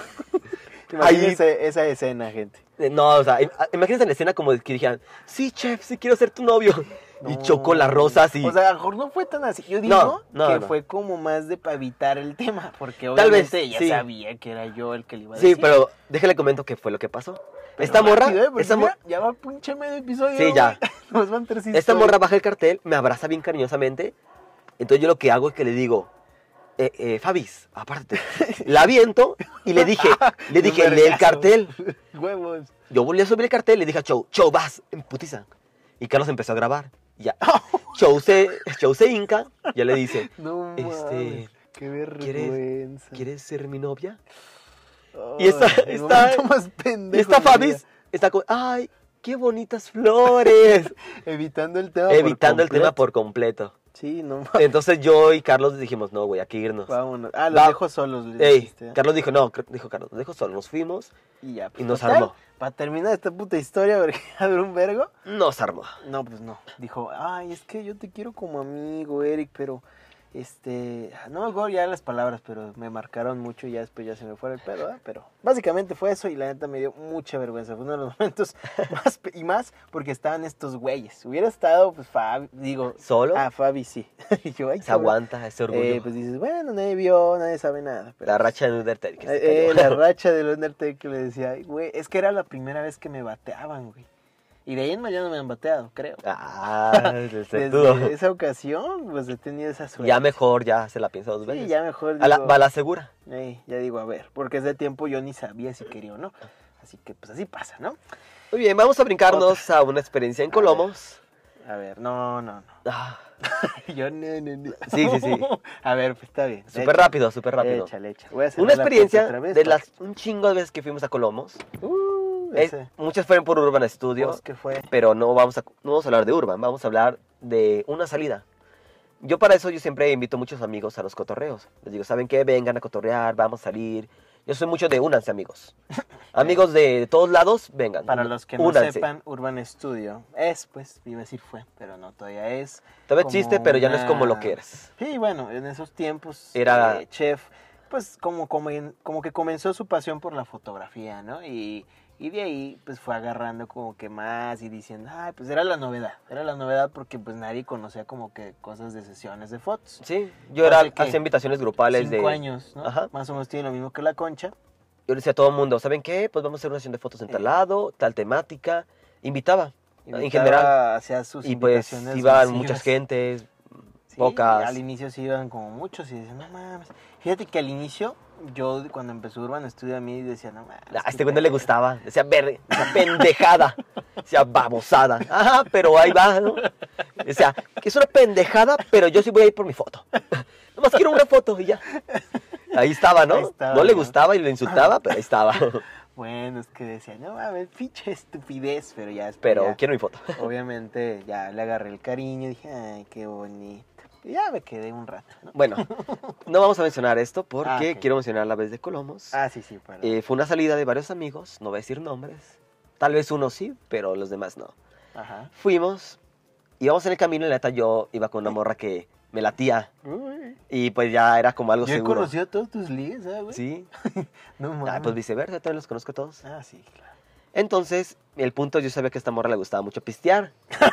Imagínense esa escena, gente. Eh, No, o sea, im- imagínense la escena como de que dijeran, sí, chef, sí quiero ser tu novio. Y No. chocó las rosas y... O sea, a lo mejor no fue tan así. Yo digo No, no, que no. fue como más de para evitar el tema, porque Tal vez, obviamente ella sí. sabía que era yo el que le iba a sí, decir. pero déjale comento qué fue lo que pasó. Pero esta morra, rápido, ¿eh? Porque esta, mo- mira, ya va pinche medio episodio. Sí, ya. güey. Nos van tres esta historias. morra baja el cartel, me abraza bien cariñosamente. Entonces yo lo que hago es que le digo, eh, eh, Fabis, aparte. La aviento y le dije, le Un dije, lee el vergazo. cartel. Huevos. Yo volví a subir el cartel y le dije a Chow, Chow, vas, en putiza. Y Carlos empezó a grabar. Y Ya. Chow se, Chow se hinca, ya le dice, No Este, mames. Qué vergüenza. ¿quieres ser mi novia? Ay, Y esta- el esta- momento más pendejo Y esta de mi Fabis está como, ay, qué bonitas flores. vida. Evitando el tema. por Evitando el tema completo. por completo. Sí, no mames. Entonces yo y Carlos dijimos, no, güey, aquí irnos. Vámonos. Ah, los Va- dejo solos. les Ey, dijiste, ¿eh? Carlos dijo, no, cr- dijo Carlos, nos dejó solo, nos fuimos, y ya. pues, y nos armó. Para terminar esta puta historia, porque ya duró un vergo. nos armó. No, pues no. Dijo, ay, es que yo te quiero como amigo, Eric, pero este. No me acuerdo ya las palabras, pero me marcaron mucho y ya después ya se me fue el pedo, ¿ah? Pero básicamente fue eso y la neta me dio mucha vergüenza. Fue uno de los momentos más. pe- Y más porque estaban estos güeyes. Hubiera estado, pues, Fabi, digo. Solo, Ah, Fabi sí. Y yo, ay, se cabrón. aguanta ese orgullo. Eh, pues dices, bueno, nadie vio, nadie sabe nada. Pero la pues, racha de Undertale. que se eh, eh, la cayó. racha del Undertaker le decía, "Ay, güey, es que era la primera vez que me bateaban, güey. Y de ahí en más ya no me han bateado, creo. ah, el Desde setudo. esa ocasión, pues he tenido esa suerte. Ya mejor, ya se la piensa dos veces. Sí, ya mejor digo, A la, va a la segura. "Ey, ya digo, a ver, porque ese tiempo yo ni sabía si quería o no. Así que pues así pasa, ¿no? Muy bien, vamos a brincarnos a una experiencia A en ver. Colomos. A ver, no, no, no. Ah, yo no, no, no. Sí, sí, sí. A ver, pues está bien. Súper rápido, súper rápido. Échale, échale. Voy a cerrar la Una puerta experiencia otra vez de para- las un chingo de veces que fuimos a Colomos. Uh, Eh, ese muchas fueron por Urban Studio, voz que fue. pero no vamos, a, no vamos a hablar de Urban, vamos a hablar de una salida. Yo para eso yo siempre invito a muchos amigos a los cotorreos. Les digo, ¿saben qué? Vengan a cotorrear, vamos a salir. Yo soy mucho de únanse, amigos. amigos de todos lados, vengan. Para los que no únanse. sepan, Urban Studio es, pues, iba a decir fue, pero no, todavía es. Todavía como existe, pero ya no es como lo una- que eres. Sí, bueno, en esos tiempos, Era- eh, Chef, pues, como, como, en- como que comenzó su pasión por la fotografía, ¿no? Y, y de ahí, pues, fue agarrando como que más y diciendo, ay, pues, era la novedad. Era la novedad porque, pues, nadie conocía como que cosas de sesiones de fotos. Sí, yo era, Hace que hacía invitaciones grupales Cinco de... años, ¿no? Ajá. Más o menos tiene lo mismo que la concha. Yo le decía a todo el mundo, ¿saben qué? Pues vamos a hacer una sesión de fotos en tal Eh. lado, tal temática. Invitaba. Invitaba- en general. hacía sus Y pues invitaciones iban masivas. muchas gentes, Sí, pocas. Al inicio sí iban como muchos y decían, no mames. Fíjate que al inicio, yo cuando empezó Urban Studio a mí decía, no mames. Ah, a qué este güey no le pedo". gustaba. Decía verde, decía pendejada. Decía babosada. Ajá, pero ahí va, ¿no? Decía, que es una pendejada, pero yo sí voy a ir por mi foto. Nomás quiero una foto y ya. Ahí estaba, ¿no? Ahí estaba, no le ¿no? gustaba y lo insultaba, pero ahí estaba. Bueno, es que decía, no mames, pinche estupidez, pero ya después Pero ya, quiero mi foto. Obviamente ya le agarré el cariño y dije, ay, qué bonito. Y ya me quedé un rato, ¿no? Bueno, no vamos a mencionar esto porque Ah, ok. quiero mencionar la vez de Colomos. Ah, sí, sí, perdón. Eh, fue una salida de varios amigos, no voy a decir nombres. Tal vez uno sí, pero los demás no. Ajá. Fuimos, íbamos en el camino y la neta yo iba con una morra que me latía. Uy, Y pues ya era como algo yo he seguro. conocido a todos tus ligues, ¿sabes? güey? Sí. pues, No mames. Ah, pues viceversa, también los conozco a todos. Ah, sí, claro. Entonces, el punto, yo sabía que a esta morra le gustaba mucho pistear.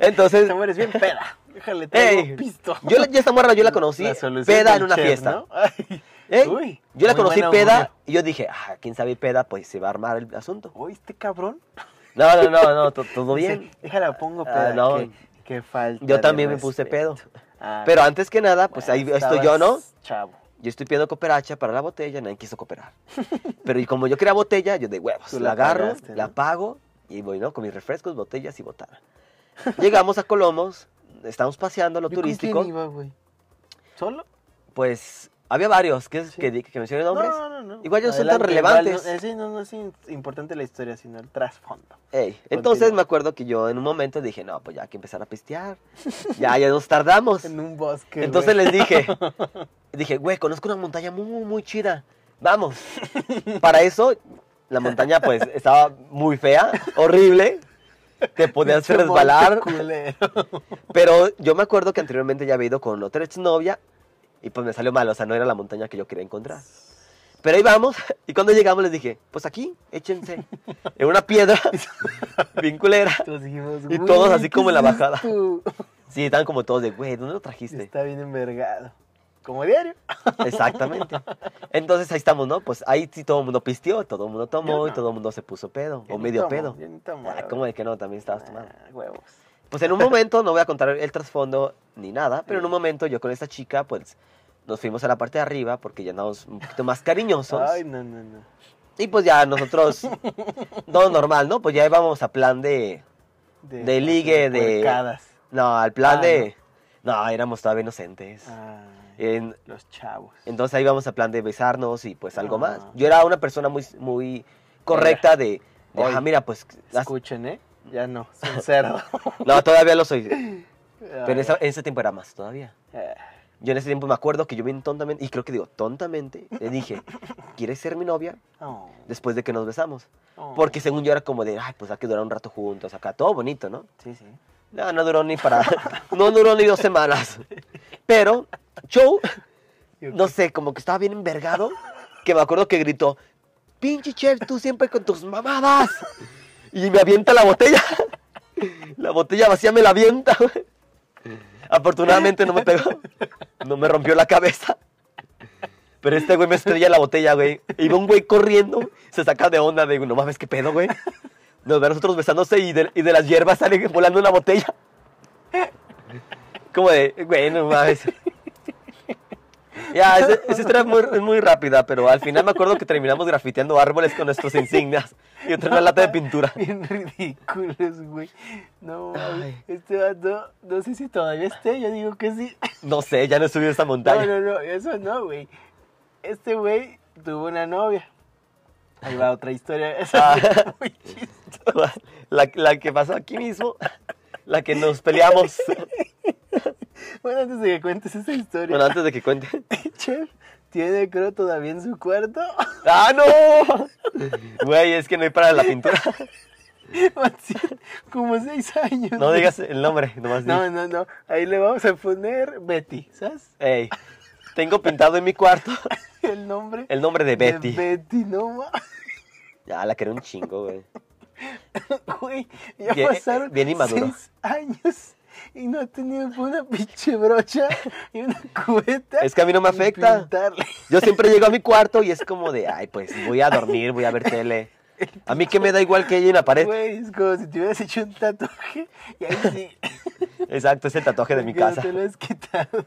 Entonces, Esta mujer es bien peda. Déjale, traigo Ey, pisto. yo, la- yo a esta morra yo la conocí solución peda del en una chef, fiesta. ¿no? Ay, Ey, Uy, yo la muy conocí buen peda augurio. y yo dije, ah, quién sabe peda, pues se va a armar el asunto. uy, este cabrón. No, no, no, no, to- todo bien. Dice, Déjala, pongo Ah, peda. no. que, que falta. Yo de también me puse respeto. pedo. Ah, Pero antes que nada, pues ahí bueno, estoy yo, ¿no? estabas Chavo. Yo estoy pidiendo cooperacha para la botella, nadie quiso cooperar. Pero y como yo quería botella, yo de huevos, Tú la, la agarro, pagaste, la ¿no? pago y voy, ¿no? Con mis refrescos, botellas y botada. Llegamos a Colomos, estamos paseando lo ¿Yo con quién turístico. iba, güey? ¿Solo? Pues había varios, ¿quieres Sí. que, di- que mencione nombres? No, no, no. Igual ya no eh, son tan igual no- relevantes. sí, no, no es in- importante la historia, sino el trasfondo. Ey, entonces Continúa. me acuerdo que yo en un momento dije, no, pues ya hay que empezar a pistear. Ya, ya nos tardamos. En un bosque. Entonces güey. les dije, dije, güey, conozco una montaña muy, muy chida. Vamos. Para eso, la montaña pues estaba muy fea, horrible. Te podías Pinche monte resbalar. culero. Pero yo me acuerdo que anteriormente ya había ido con otra exnovia y pues me salió mal, o sea, no era la montaña que yo quería encontrar. Pero ahí vamos, y cuando llegamos les dije, pues aquí, échense, en una piedra, vinculera. Todos dijimos, Y "Güey, todos así ¿qué como en la es bajada". esto? Sí, estaban como todos de, güey, ¿dónde lo trajiste? Está bien envergado. Como diario. Exactamente. Entonces ahí estamos, ¿no? Pues ahí sí todo el mundo pisteó, todo el mundo tomó Yo y no. todo el mundo se puso pedo, Yo o ni medio tomo, pedo. yo ni tomo, Ah, la ¿Cómo verdad. de que no? También estabas tomando. Ah, huevos. Pues en un momento, no voy a contar el trasfondo ni nada, pero en un momento yo con esta chica, pues nos fuimos a la parte de arriba porque ya andamos un poquito más cariñosos. Ay, no, no, no. Y pues ya nosotros, todo normal, ¿no? Pues ya íbamos a plan de. De ligue, de- puercadas. No, al plan Ah, de. No. éramos todavía inocentes. Ay, Eh. En- Ah, los chavos. entonces ahí íbamos a plan de besarnos y pues algo Ah. más. Yo era una persona muy, muy correcta de. de, Oye, "Ah, mira, pues. las- Escuchen, ¿eh? Ya no, sincero. No, todavía lo soy. Pero en, esa- en ese tiempo era más todavía. Yo en ese tiempo me acuerdo que yo bien tontamente, y creo que digo tontamente, le dije, ¿quieres ser mi novia? Oh, Después de que nos besamos. Porque según yo era como de, ay, pues hay que durar un rato juntos, acá todo bonito, ¿no? Sí, sí. No, no duró ni para. No duró ni dos semanas. Pero, Joe, no sé, como que estaba bien envergado, que me acuerdo que gritó: Pinche Chef, tú siempre con tus mamadas. Y me avienta la botella. La botella vacía me la avienta, güey. Afortunadamente no me pegó. No me rompió la cabeza. Pero este güey me estrella la botella, güey. Iba un güey corriendo, se saca de onda, digo, no mames, qué pedo, güey. Nos ve a nosotros besándose y de, y de las hierbas sale volando una botella. Como de, güey, no mames. Ya, ese- esa historia es muy, es muy rápida, pero al final me acuerdo que terminamos grafiteando árboles con nuestros insignias y otra una lata de pintura. Bien ridículos, güey. No, Ay. este vato, no sé si todavía esté, yo digo que sí. No sé, ya no he subido esa No, montaña. no, no, eso no, güey. Este güey tuvo una novia. Ahí va otra historia. Esa es Ah. muy chistosa. La, la que pasó aquí mismo, la que nos peleamos. Bueno, antes de que cuentes esa historia, Bueno, antes de que cuente. Chef tiene creo todavía en su cuarto ¡Ah, no! Güey, es que no hay para la pintura. como seis años. No digas el nombre, nomás di. No, no, no. Ahí le vamos a poner Betty, ¿sabes? Ey, tengo pintado en mi cuarto El nombre. el nombre de Betty. Betty, no ma. Ya, la quería un chingo, güey. Güey, ya Bien- eh, pasaron bien inmaduro. seis años y no ha tenido una pinche brocha y una cubeta. Es que a mí no me y afecta. pintarle. Yo siempre llego a mi cuarto y es como de, ay, pues voy a dormir, voy a ver tele. A mí que me da igual que haya en la pared. Güey, es como si te hubieras hecho un tatuaje y ahí sí. Exacto, es el tatuaje de mi porque no casa. Te lo has quitado.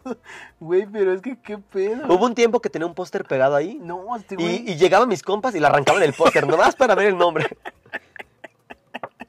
Güey, pero es que qué pedo. Hubo un tiempo que tenía un póster pegado ahí. No, este güey. Y, y llegaban mis compas y le arrancaban el póster, nomás para ver el nombre.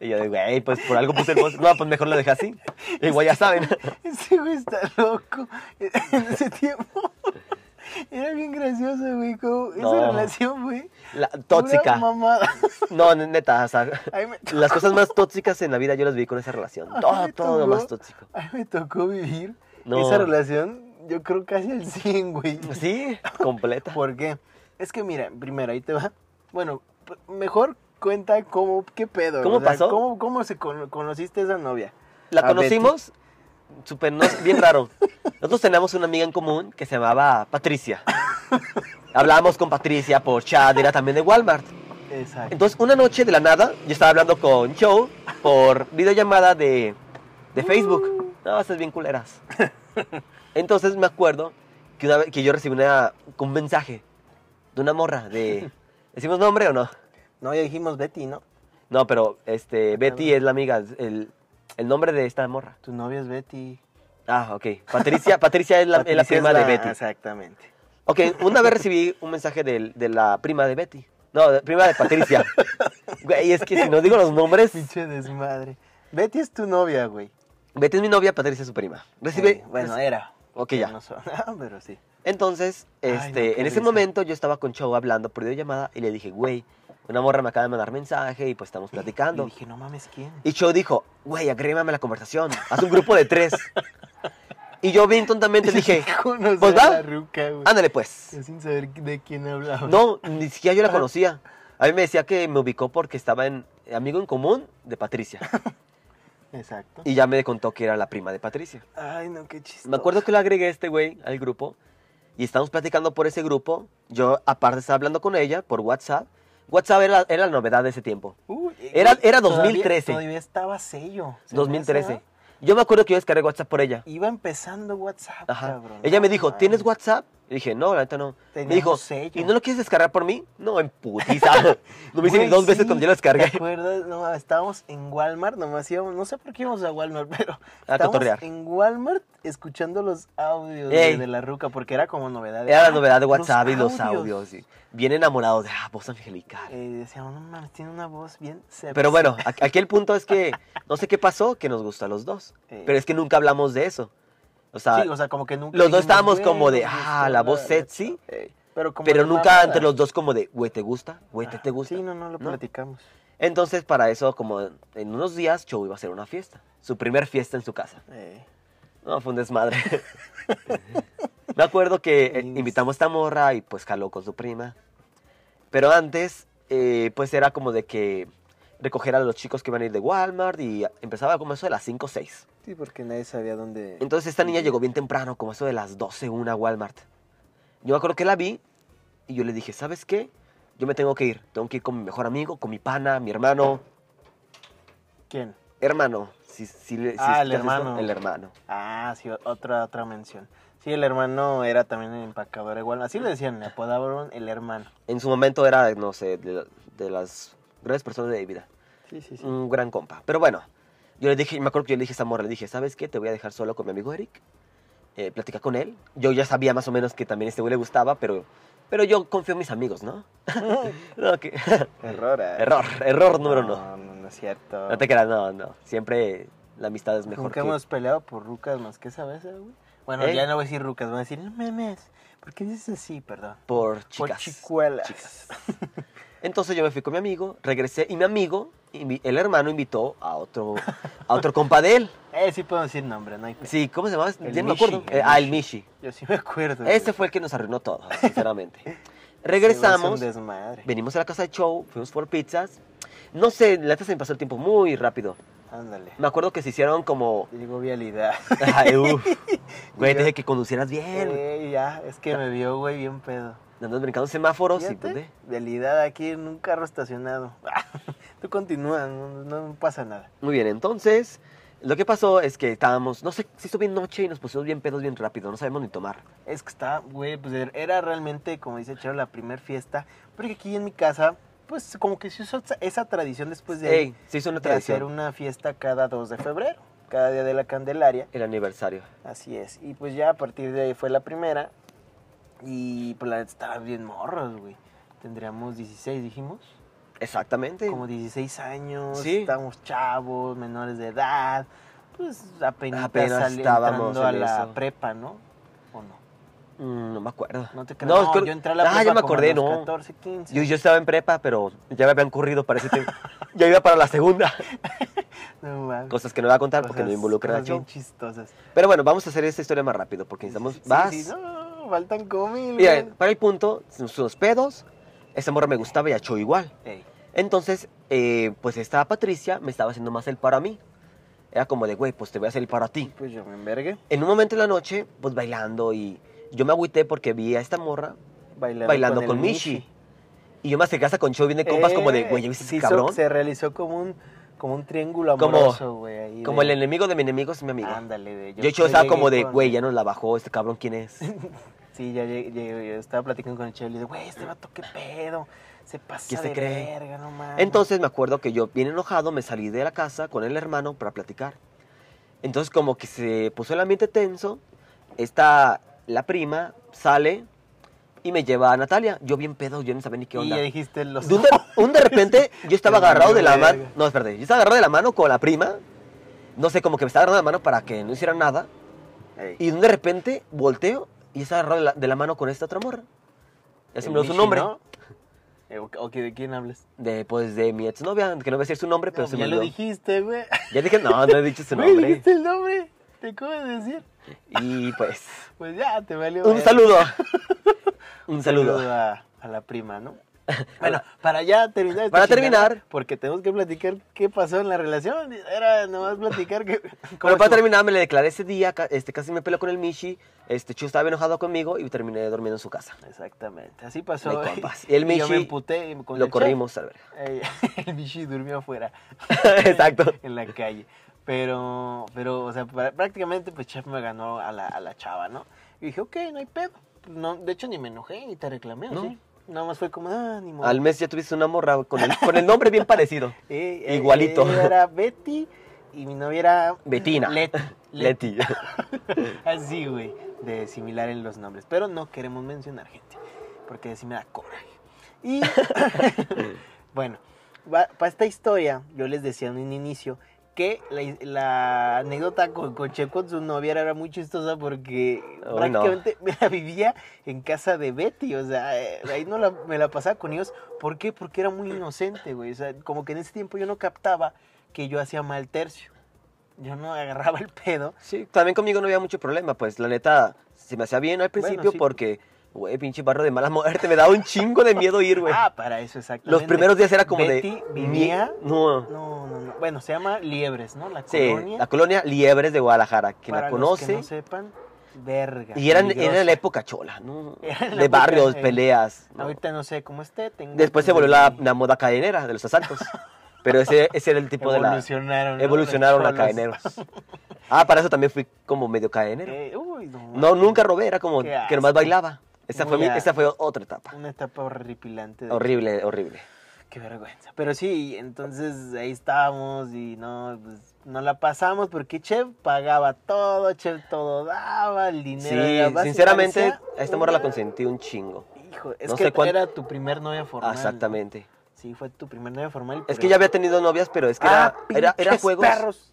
Y yo de, güey, pues por algo puse el póster. No, pues mejor lo dejé así. Y Igual ya saben. Ese este güey está loco. En ese tiempo. Era bien gracioso, güey. Como No. Esa relación, güey. La, pura tóxica. Mamada. No, ne- neta, o sea, Ahí me- las cosas más tóxicas en la vida yo las vi con esa relación. A mí Todo, me todo lo tocó- más tóxico. A mí me tocó vivir No. esa relación, yo creo casi al 100, güey. Sí, completa. ¿Por qué? Es que mira, primero ahí te va. Bueno, p- mejor cuenta cómo, qué pedo. ¿Cómo pasó? ¿Cómo, cómo se cono- conociste a esa novia? La A Betty. conocimos, super, no, bien raro. Nosotros teníamos una amiga en común que se llamaba Patricia. Hablábamos con Patricia por chat, era también de Walmart. Exacto. Entonces, una noche de la nada, yo estaba hablando con Joe por videollamada de, de Mm. Facebook. No, estás bien culeras. Entonces, me acuerdo que, una vez, que yo recibí una, un mensaje de una morra de... ¿Decimos nombre o no? No, ya dijimos Betty, ¿no? No, pero Ah, este, Betty es la amiga, el, el nombre de esta morra. Tu novia es Betty. Ah, ok. Patricia, Patricia es la, es Patricia la es prima de la- Betty. Exacamente. Ok, una vez recibí un mensaje del- de, la prima de Betty. No, de- prima de Patricia. Güey, es que si no digo los nombres, Pinche desmadre. Betty es tu novia, güey. Betty es mi novia, Patricia es su prima. Recibí, Eh, bueno, era. ok, Ya pues ya. no son. Ah, pero sí. Entonces, Ay, no, este, qué en ese risa. momento yo estaba con Chow hablando por videollamada y le dije, güey, una morra me acaba de mandar mensaje y pues estamos Y platicando. dije, no mames, ¿quién? Y Cho dijo, güey, agrégame a la conversación, haz un grupo de tres. Y yo bien tontamente dije, Conocí pues a va. la ruca, güey. ándale pues. Yo Sin saber de quién hablaba. No, ni siquiera yo la conocía. A mí me decía que me ubicó porque estaba en amigo en común de Patricia. Exacto. Y ya me contó que era la prima de Patricia. Ay, no, qué chistoso. Me acuerdo que le agregué a este güey al grupo y estábamos platicando por ese grupo. Yo aparte estaba hablando con ella por WhatsApp. WhatsApp era, era la novedad de ese tiempo. Uy, eh, Era- güey, era todavía- 2013. Todavía, estaba sello. Se me 2013. hace, Yo me acuerdo que yo descargué WhatsApp por ella. Iba empezando WhatsApp, Ajá. Ah, cabrón. Ella me No dijo, mames. ¿tienes WhatsApp? Y dije, no, la neta no. Tenía Me dijo, un sello. ¿y no lo quieres descargar por mí? No, en putiza. Lo hice ni Güey, dos veces sí, cuando yo lo descargué. ¿Te acuerdas? No, estábamos en Walmart, nomás íbamos, no sé por qué íbamos a Walmart, pero A estábamos cotorrear. en Walmart escuchando los audios güey, Ey. de la ruca, porque era como novedad. Era la novedad de Ah, WhatsApp y los audios. sí. Bien enamorado de, ah, voz angelical. Eh, decíamos, no mames, tiene una voz bien sexy". Pero bueno, a- aquí el punto es que no sé qué pasó, que nos gusta a los dos. Eh. Pero es que nunca hablamos de eso. O sea, Sí, o sea, como que nunca los dijimos, dos estábamos "Güey, como de, nos gustó ah, la voz de sexy. Ey, eh, Pero, como Pero de nunca mamada. entre los dos como de, güey, ¿te gusta? Güey, ¿te, Ah, te gusta? Sí, no, no lo ¿No? platicamos. Entonces, para eso, como en unos días, Joe iba a hacer una fiesta. Su primer fiesta en su casa. Ey. No, fue un desmadre. Me acuerdo que eh, Ins- invitamos a esta morra y pues jaló con su prima. Pero antes, eh, pues era como de que recoger a los chicos que iban a ir de Walmart y empezaba como eso de las 5 o 6. Sí, porque nadie sabía dónde. Entonces esta niña llegó bien temprano, como eso de las 12, una a Walmart. Yo me acuerdo que la vi y yo le dije, ¿sabes qué? Yo me tengo que ir. Tengo que ir con mi mejor amigo, con mi pana, mi hermano. ¿Quién? Hermano. Si, si le- si Ah, el escuchas esto, hermano. el hermano. Ah, sí, otra, otra mención. Sí, el hermano era también el empacador igual. Así le decían, le apodaban el hermano. En su momento era, no sé, de, de las grandes personas de mi vida. Sí, sí, sí. Un gran compa. Pero bueno, yo le dije, me acuerdo que yo le dije a esa morra, le dije, ¿sabes qué? Te voy a dejar solo con mi amigo Eric. Eh, platica con él. Yo ya sabía más o menos que también este güey le gustaba, pero, pero yo confío en mis amigos, ¿no? No, que- Error, ¿eh? Mm. error, error número uno. No, no, no es cierto. No te creas, no, no. Siempre la amistad es mejor Nunca que... hemos peleado por rucas más que esa vez, eh, güey. Bueno, ¿Eh? ya no voy a decir rucas, voy a decir, no memes. ¿Por qué dices así? Perdón. Por Por chicas. chicuelas. Chicas. Entonces yo me fui con mi amigo, regresé y mi amigo, invi- el hermano invitó a otro, a otro compa de él. Eh, sí puedo decir nombre, no hay pe- Sí, ¿cómo se llamaba? El Ya no me Mishi, acuerdo. el Eh, ah, el Mishi. Yo sí me acuerdo. Este güey. fue el que nos arruinó todo, sinceramente. Se me Regresamos, hace un desmadre. venimos a la casa de Show, fuimos por pizzas. No sé, la neta se me pasó el tiempo muy rápido. Ándale. Me acuerdo que se hicieron como... Digo vialidad. Ay, uf. Güey, Yo- te dije que conducieras bien. Eh, ya, es que me vio, güey, bien pedo. Andas brincando en semáforos y... pues, Fíjate, Vialidad aquí en un carro estacionado. Tú continúa, no, no pasa nada. Muy bien, entonces, lo que pasó es que estábamos... No sé, se hizo bien noche y nos pusimos bien pedos bien rápido. No sabemos ni tomar. Es que está, güey, pues er- era realmente, como dice Charo, la primer fiesta. Porque aquí en mi casa, pues como que se usó esa- esa tradición después de, Ey, se hizo una de hacer tradición. una fiesta cada 2 de febrero, cada día de la Candelaria. El aniversario. Así es. Y pues ya a partir de ahí fue la primera. Y pues la neta estaba bien morros, güey. Tendríamos 16, dijimos. Exactamente. Como 16 años. Sí. Estábamos chavos, menores de edad. Pues apenas, Apenas estábamos entrando a en la eso. prepa, ¿no? ¿O no? Mm, no me acuerdo. No te creas. No, creo- yo entré a la prepa Ah, ya como me a acordé, los no. 14, 15. Yo, yo estaba en prepa, pero ya me habían corrido para ese tiempo. ya iba para la segunda. No mames. Cosas que no voy a contar porque no Cosas- involucran a cosas bien Chow. chistosas. Pero bueno, vamos a hacer esta historia más rápido porque necesitamos. Sí, vas. sí, no, faltan comil. Mira, güey. para el punto, sus sus pedos. Esa morra me gustaba y a Cho igual. Ey, Entonces, eh, pues esta Patricia me estaba haciendo más el paro a mí. Era como de, güey, pues te voy a hacer el paro a ti. pues yo me envergué. En un momento de la noche, pues bailando y yo me agüité porque vi a esta morra Bailando, bailando el con Mishi. Y yo más que casa con show viene compas como de, Eh, güey, ¿ya viste se ese hizo- cabrón? Se realizó como un, como un triángulo Como- amoroso, güey. ahí Como el de- enemigo de mi enemigo es mi amigo. Ándale, de yo, yo estaba llegué como de, con- güey, ya nos la bajó, este cabrón, ¿quién es? Sí, ya llegué, llegué- yo estaba platicando con el chavo y le digo, güey, este vato, qué pedo. Se pasa ¿Qué se de cree? verga, no mames. Entonces me acuerdo que yo, bien enojado, me salí de la casa con el hermano para platicar. Entonces como que se puso el ambiente tenso, está la prima, sale y me lleva a Natalia. Yo bien pedo, yo no sabía ni qué y onda. ya dijiste los. De un, de, un de repente yo estaba Ya valió agarrado de la mano. verga. No, espérate, yo estaba agarrado de la mano con la prima. No sé, como que me estaba agarrando de la mano para que no hiciera nada. Ey. Y de repente volteo y estaba agarrado de la, de la mano con esta otra morra. Ya se me olvidó su Michi, nombre. ¿no? Eh, ok, ok, ¿de quién hablas? De, pues de mi exnovia, que no voy a decir su nombre, pero No, se me ya lo olvidó. dijiste, güey. Ya dije, no, no he dicho su Güey, nombre. dijiste el nombre. Te acabo de decir. Y pues, Pues ya, te valió. un verga. saludo. Un saludo saludo. a, a la prima, ¿no? Bueno, para ya terminar. esta Para chingada, terminar. Porque tenemos que platicar qué pasó en la relación. Era nomás platicar que. Bueno, cómo para estuvo. terminar, me le declaré ese día, ca- este, casi me peleó con el Mishi, este, Chu estaba enojado conmigo y terminé durmiendo en su casa. Exactamente, así pasó. De compas. Y el yo Michi me emputé y con Lo el chef. corrimos al verga. Ey, el Michi durmió afuera. Exacto. en la calle. Pero, pero, o sea, pra- prácticamente, pues Chef me ganó a la, a la chava, ¿no? Y dije, ok, no hay pedo. No, de hecho, ni me enojé ni te reclamé, No. ¿sí? Nada más fue como, ah, ni modo. Al mes ya tuviste una morra con el, con el nombre bien parecido. Eh, eh, Igualito. ella era Betty y mi novia era. Betina. Leti. Leti. Leti. Así, güey. De similar en los nombres. Pero no queremos mencionar gente. Porque así me da coraje. Y. bueno, para esta historia, yo les decía en un inicio que la, la anécdota con, con Che con su novia era muy chistosa porque Oh, prácticamente me la vivía en casa de Betty, o sea, eh, ahí no la, me la pasaba con ellos. ¿Por qué? Porque era muy inocente, güey. O sea, como que en ese tiempo yo no captaba que yo hacía mal tercio. Yo no agarraba el pedo. Sí, también conmigo no había mucho problema, pues la neta se me hacía bien al Bueno, principio sí. porque, güey, pinche barro de mala muerte, me daba un chingo de miedo ir, güey. Ah, para eso exactamente. Los primeros días era como de. Betty vivía- "Mie- No. No, no, no. Bueno, se llama Liebres, ¿no? La Sí, colonia. la colonia Liebres de Guadalajara, quien para la los conoce. que no sepan, verga. y eran, era peligrosa. la época chola, ¿no? Era la de época, barrios, eh, peleas. ¿no? Ahorita no sé cómo esté. Tengo Después se volvió la, la moda cadenera de los asaltos. Pero ese, ese era el tipo de la. Evolucionaron. ¿no? Evolucionaron a Los cholos. cadeneros. Ah, para eso también fui como medio cadenero. Eh, uy, no. No, nunca robé, era como Qué que nomás asco. bailaba. Esa fue, mi- Mira. esa fue otra etapa. Una etapa horripilante. de- Horrible, horrible. Qué vergüenza. Pero sí, entonces ahí estábamos y no, pues, no la pasamos porque Chef pagaba todo, Chef todo daba, el dinero. Sí, era básico, sinceramente, parecía a esta morra la una- consentí un chingo. Hijo, es No que sé cuán- era tu primer novia formal. Exactamente. Sí, fue tu primer novia formal. Es que ya había tenido novias, pero es que era, era, era juegos. Ah, perros.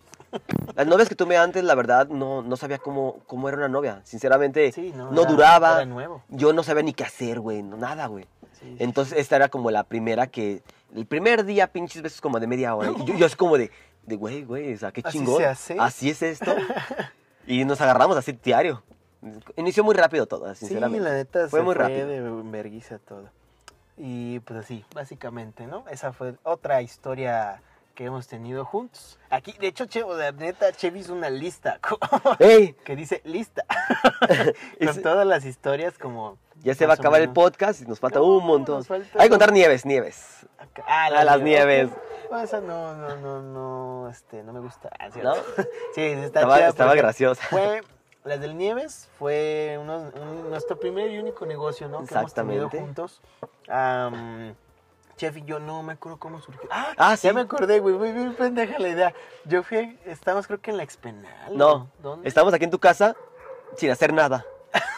Las novias que tuve antes, la verdad, no, no sabía cómo, cómo era una novia. Sinceramente, Sí, no, no, era- duraba. era nuevo. Yo no sabía ni qué hacer, güey. No, nada, güey. Sí, sí. Entonces, esta era como la primera que. El primer día, pinches veces como de media hora. Y yo, yo así como de, de, güey, güey, o sea, qué Así chingón. se hace. Así es esto. y nos agarramos así diario. Inició muy rápido todo, Sí, sinceramente. la neta Fue se muy fue rápido. de vergüenza todo. Y pues así, básicamente, ¿no? Esa fue otra historia que hemos tenido juntos. Aquí, de hecho, Che, o sea, neta, Che hizo una lista co- ¡Ey! que dice lista. Ese- Con todas las historias como... Ya se va a más o acabar el menos. podcast y nos falta No, un montón. nos falta- Hay que contar nieves, nieves. Acá- Ah, A las nieves. ok. No, esa no, no, no, no, este, no me gusta. Ah, ¿cierto? ¿No? Sí, está Estaba, chida estaba porque graciosa. Fue, las del Nieves fue unos- un- nuestro primer y único negocio, ¿no? Que hemos tenido Exactamente. juntos. Am, Chef y yo, no me acuerdo cómo surgió. Ah, Ah, sí. ya me acordé, güey, muy bien pendeja la idea. Yo fui, estábamos creo que en la expenal. No, ¿Dónde? estamos aquí en tu casa sin hacer nada.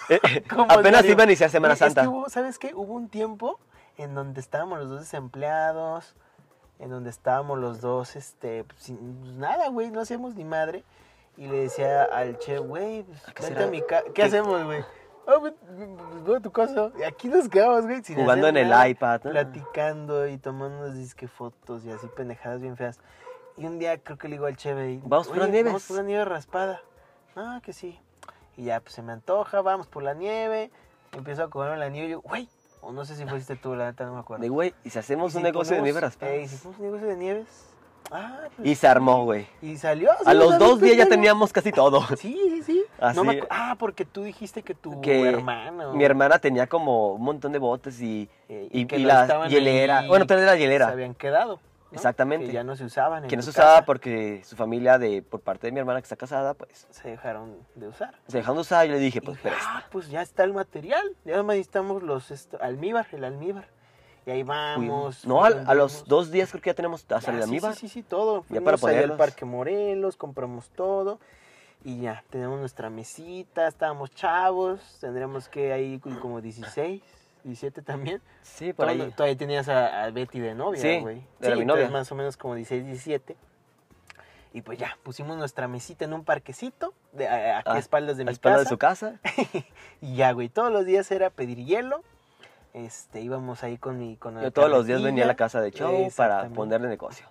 Eh, eh, ¿Cómo Apenas diario? iba a iniciar Semana Güey, es que Santa. hubo- ¿Sabes qué? Hubo un tiempo en donde estábamos los dos desempleados, en donde estábamos los dos, este, pues, sin nada, güey, no hacíamos ni madre. Y le decía al che, güey, pues, ¿A qué vete será? a mi casa. ¿Qué, ¿Qué? hacemos, güey? Ah, güey, pues, voy a tu casa. Y aquí nos quedamos, güey, sin Jugando hacer en el nada, iPad, ¿no? Platicando y tomándonos disque fotos y así pendejadas bien feas. Y un día creo que le digo al che, güey, Vamos por "Oye, las nieves". Vamos por una nieve raspada. Ah, que sí. Y ya, pues se me antoja, vamos por la nieve. Empiezo a comerme la nieve y yo, güey. O no sé si fuiste tú, la neta no me acuerdo. De güey, y si hacemos ¿Y un si negocio de ponemos- nieves raspadas. eh, ¿y si hicimos un negocio de nieves. Ah, pues, Y se armó, güey. y salió. A sí, los salió dos días ya pendejo. teníamos casi todo. Sí, sí, sí. Así, No me acu- ah, porque tú dijiste que tu que hermano. Mi hermana tenía como un montón de botes y, eh, y, que y no la estaban hielera. ahí, Bueno, tal vez la se hielera. habían quedado. ¿no? Exactamente. Que ya no se usaban. en que no tu se usaba casa. porque su familia, de por parte de mi hermana que está casada, pues Se dejaron de usar. se dejaron de usar. Yo le dije, pues, Y, pero ah, pues ya está el material. Ya nomás necesitamos los esto- almíbar, el almíbar. Y ahí vamos. No, al- a, fundimos. los dos días creo que ya tenemos hasta Ah, el sí, amíbar. Sí, sí, sí, todo. Ya Fuimos ahí para al ponerlos. Parque Morelos, compramos todo. Y ya, tenemos nuestra mesita, estábamos chavos, tendríamos que ahí cu- como 16, 17 también. Sí, por Todavía- ahí. Todavía tenías a, a Betty de novia, Sí, güey. era mi entonces novia. más o menos como 16, 17. Y pues ya, pusimos nuestra mesita en un parquecito, de, a, a- aquí a Ah, espaldas de a mi espalda casa. de su casa. Y ya, güey, todos los días era pedir hielo. Este, íbamos ahí con mi... Con Ah, la Yo todos los días carretilla. venía a la casa de Chow para Exactamente. ponerle negocio.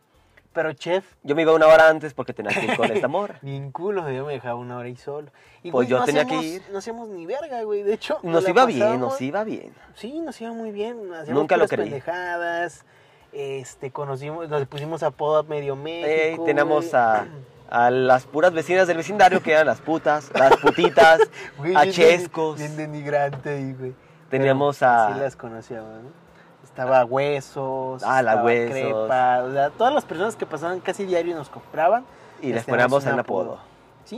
Pero chef, Yo me iba una hora antes porque tenía que ir con este esta morra. Bien culo, yo me dejaba una hora y solo. Y, Pues güey, yo no tenía que hacíamos, ir. No hacíamos ni verga, güey. De hecho, Nos la iba bien, pasábamos- nos iba bien. Sí, nos iba muy bien. Hacíamos Nunca lo puras creí. pendejadas. Este, conocimos, nos pusimos apodo a medio México. Eh, tenemos güey. a, a las puras vecinas del vecindario que eran las putas, las putitas. Güey, a bien deni- Chescos. Bien denigrante ahí, güey. Teníamos a- Sí las conocíamos, ¿no? Estaba Huesos. Ah, la estaba Huesos. Crepa. O sea, todas las personas que pasaban casi diario y nos compraban. Y les les poníamos tenemos un el apodo. este, apodo.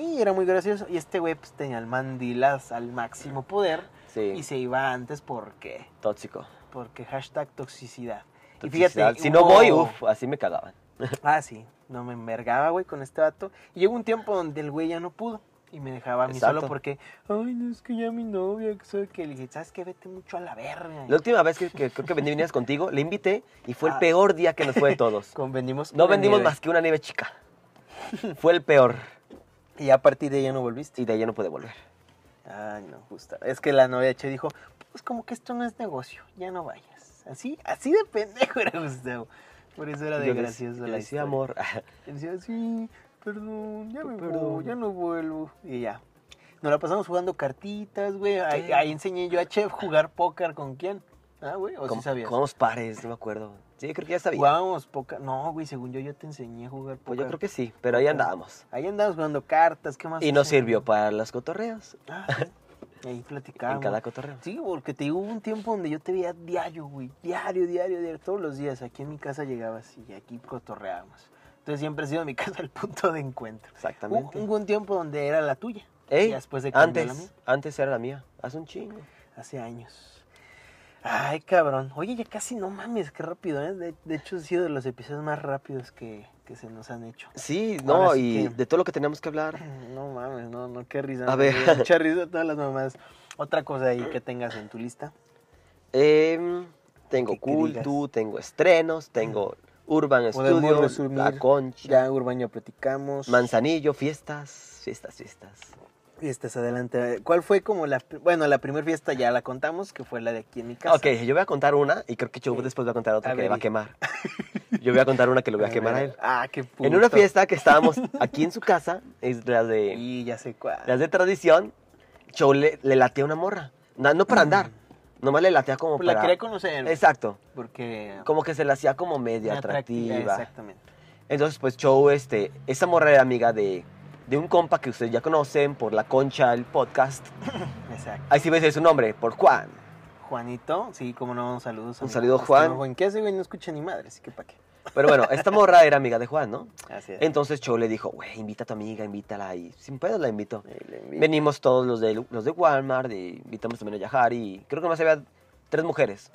Sí, era muy gracioso. Y este güey, pues, tenía el mandilas al máximo poder. Y Sí, se iba antes porque, tóxico. porque hashtag toxicidad. Y toxicidad. fíjate, si no hubo- voy, uff, así me cagaban. Ah, sí, no me envergaba, güey, con este vato. Y llegó un tiempo donde el güey ya no pudo. Y me dejaba a mí Exacto. solo porque, ay, no, es que ya mi novia, que soy que le dije, ¿sabes qué? Vete mucho a la verga. La última vez que, que creo que venías contigo, le invité y fue el Ah. peor día que nos fue de todos. Con- vendimos No una vendimos nieve. más que una nieve chica. Fue el peor. Y a partir de ahí ya no volviste. Y de ahí ya no pude volver. Ay, no, justa. Es que la novia che dijo, pues como que esto no es negocio, ya no vayas. Así, así de pendejo era Gustavo. Por eso era de Yo le- gracioso yo la le historia. decía, amor. Él decía, sí, perdón, ya me Perdón. voy, ya no vuelvo. Y ya. Nos la pasamos jugando cartitas, güey. Ahí, ahí enseñé yo a Chef jugar póker con quién. Ah, güey, o ¿Cómo- sí sabías. jugamos pares, no me acuerdo. Sí, creo que ya sabía. Jugábamos póker. No, güey, según yo, yo te enseñé a jugar póker. Pues yo creo que sí, pero ahí Poca. andábamos. Ahí andábamos jugando cartas, ¿qué más? Y nos hacíamos? sirvió para los cotorreos. Ah, sí. Ahí platicábamos. En cada cotorreo. Sí, porque te digo, hubo un tiempo donde yo te veía diario, güey, diario, diario, diario, todos los días. Aquí en mi casa llegabas y aquí cotorreábamos. Entonces siempre ha sido mi casa el punto de encuentro. Hubo Exactamente. hubo un tiempo donde era la tuya. Ey, y después de que cambió antes, la mía, antes era la mía. Hace un chingo. hace años. Ay, cabrón. Oye, ya casi no mames, qué rápido, ¿eh? De, de hecho, ha sido de los episodios más rápidos que, que se nos han hecho. Sí, Ahora no, sí y que- de todo lo que teníamos que hablar. No mames, no, no, qué risa. A me ver. dio Mucha risa todas las mamás. Otra cosa ahí que tengas en tu lista. Em, tengo Que- que digas. cultu, tengo estrenos, tengo Urban Podemos Studio, resumir La Concha, Ya, Urbaño, platicamos. Manzanillo, fiestas, fiestas, fiestas. Fiestas este, adelante. ¿Cuál fue como la... pri- Bueno, la primera fiesta ya la contamos, que fue la de aquí en mi casa. Ok, yo voy a contar una y creo que Chow Sí. después va a contar otra A que ver, va a y- quemar. Yo voy a contar una que lo voy a quemar a él. Ah, qué puto. En una fiesta que estábamos aquí en su casa, es la de... Y ya sé cuál. Las de tradición, Chow le, le latea una morra. Na- No, para andar. Nomás le latea como Pues para. la quería conocer. Exacto. Porque... Como que se la hacía como media una atractiva. Exactamente. Entonces, pues Chow, este, esa morra era amiga de, de un compa que ustedes ya conocen por la concha, el podcast. Exacto. Ahí sí ves su nombre, por Juan. Juanito, sí, como no, saludos. Un amigo. saludo, Este, Juan. Juan, ¿qué hace, güey? No escucha ni madre, así que pa' qué. Pero bueno, esta morra era amiga de Juan, ¿no? Así es. Entonces Chow le dijo, güey, invita a tu amiga, invítala. Y sin pedos la invito. Ahí le envío. Venimos todos los de, los de Walmart, y invitamos también a Yahari. y Creo que nomás había tres mujeres.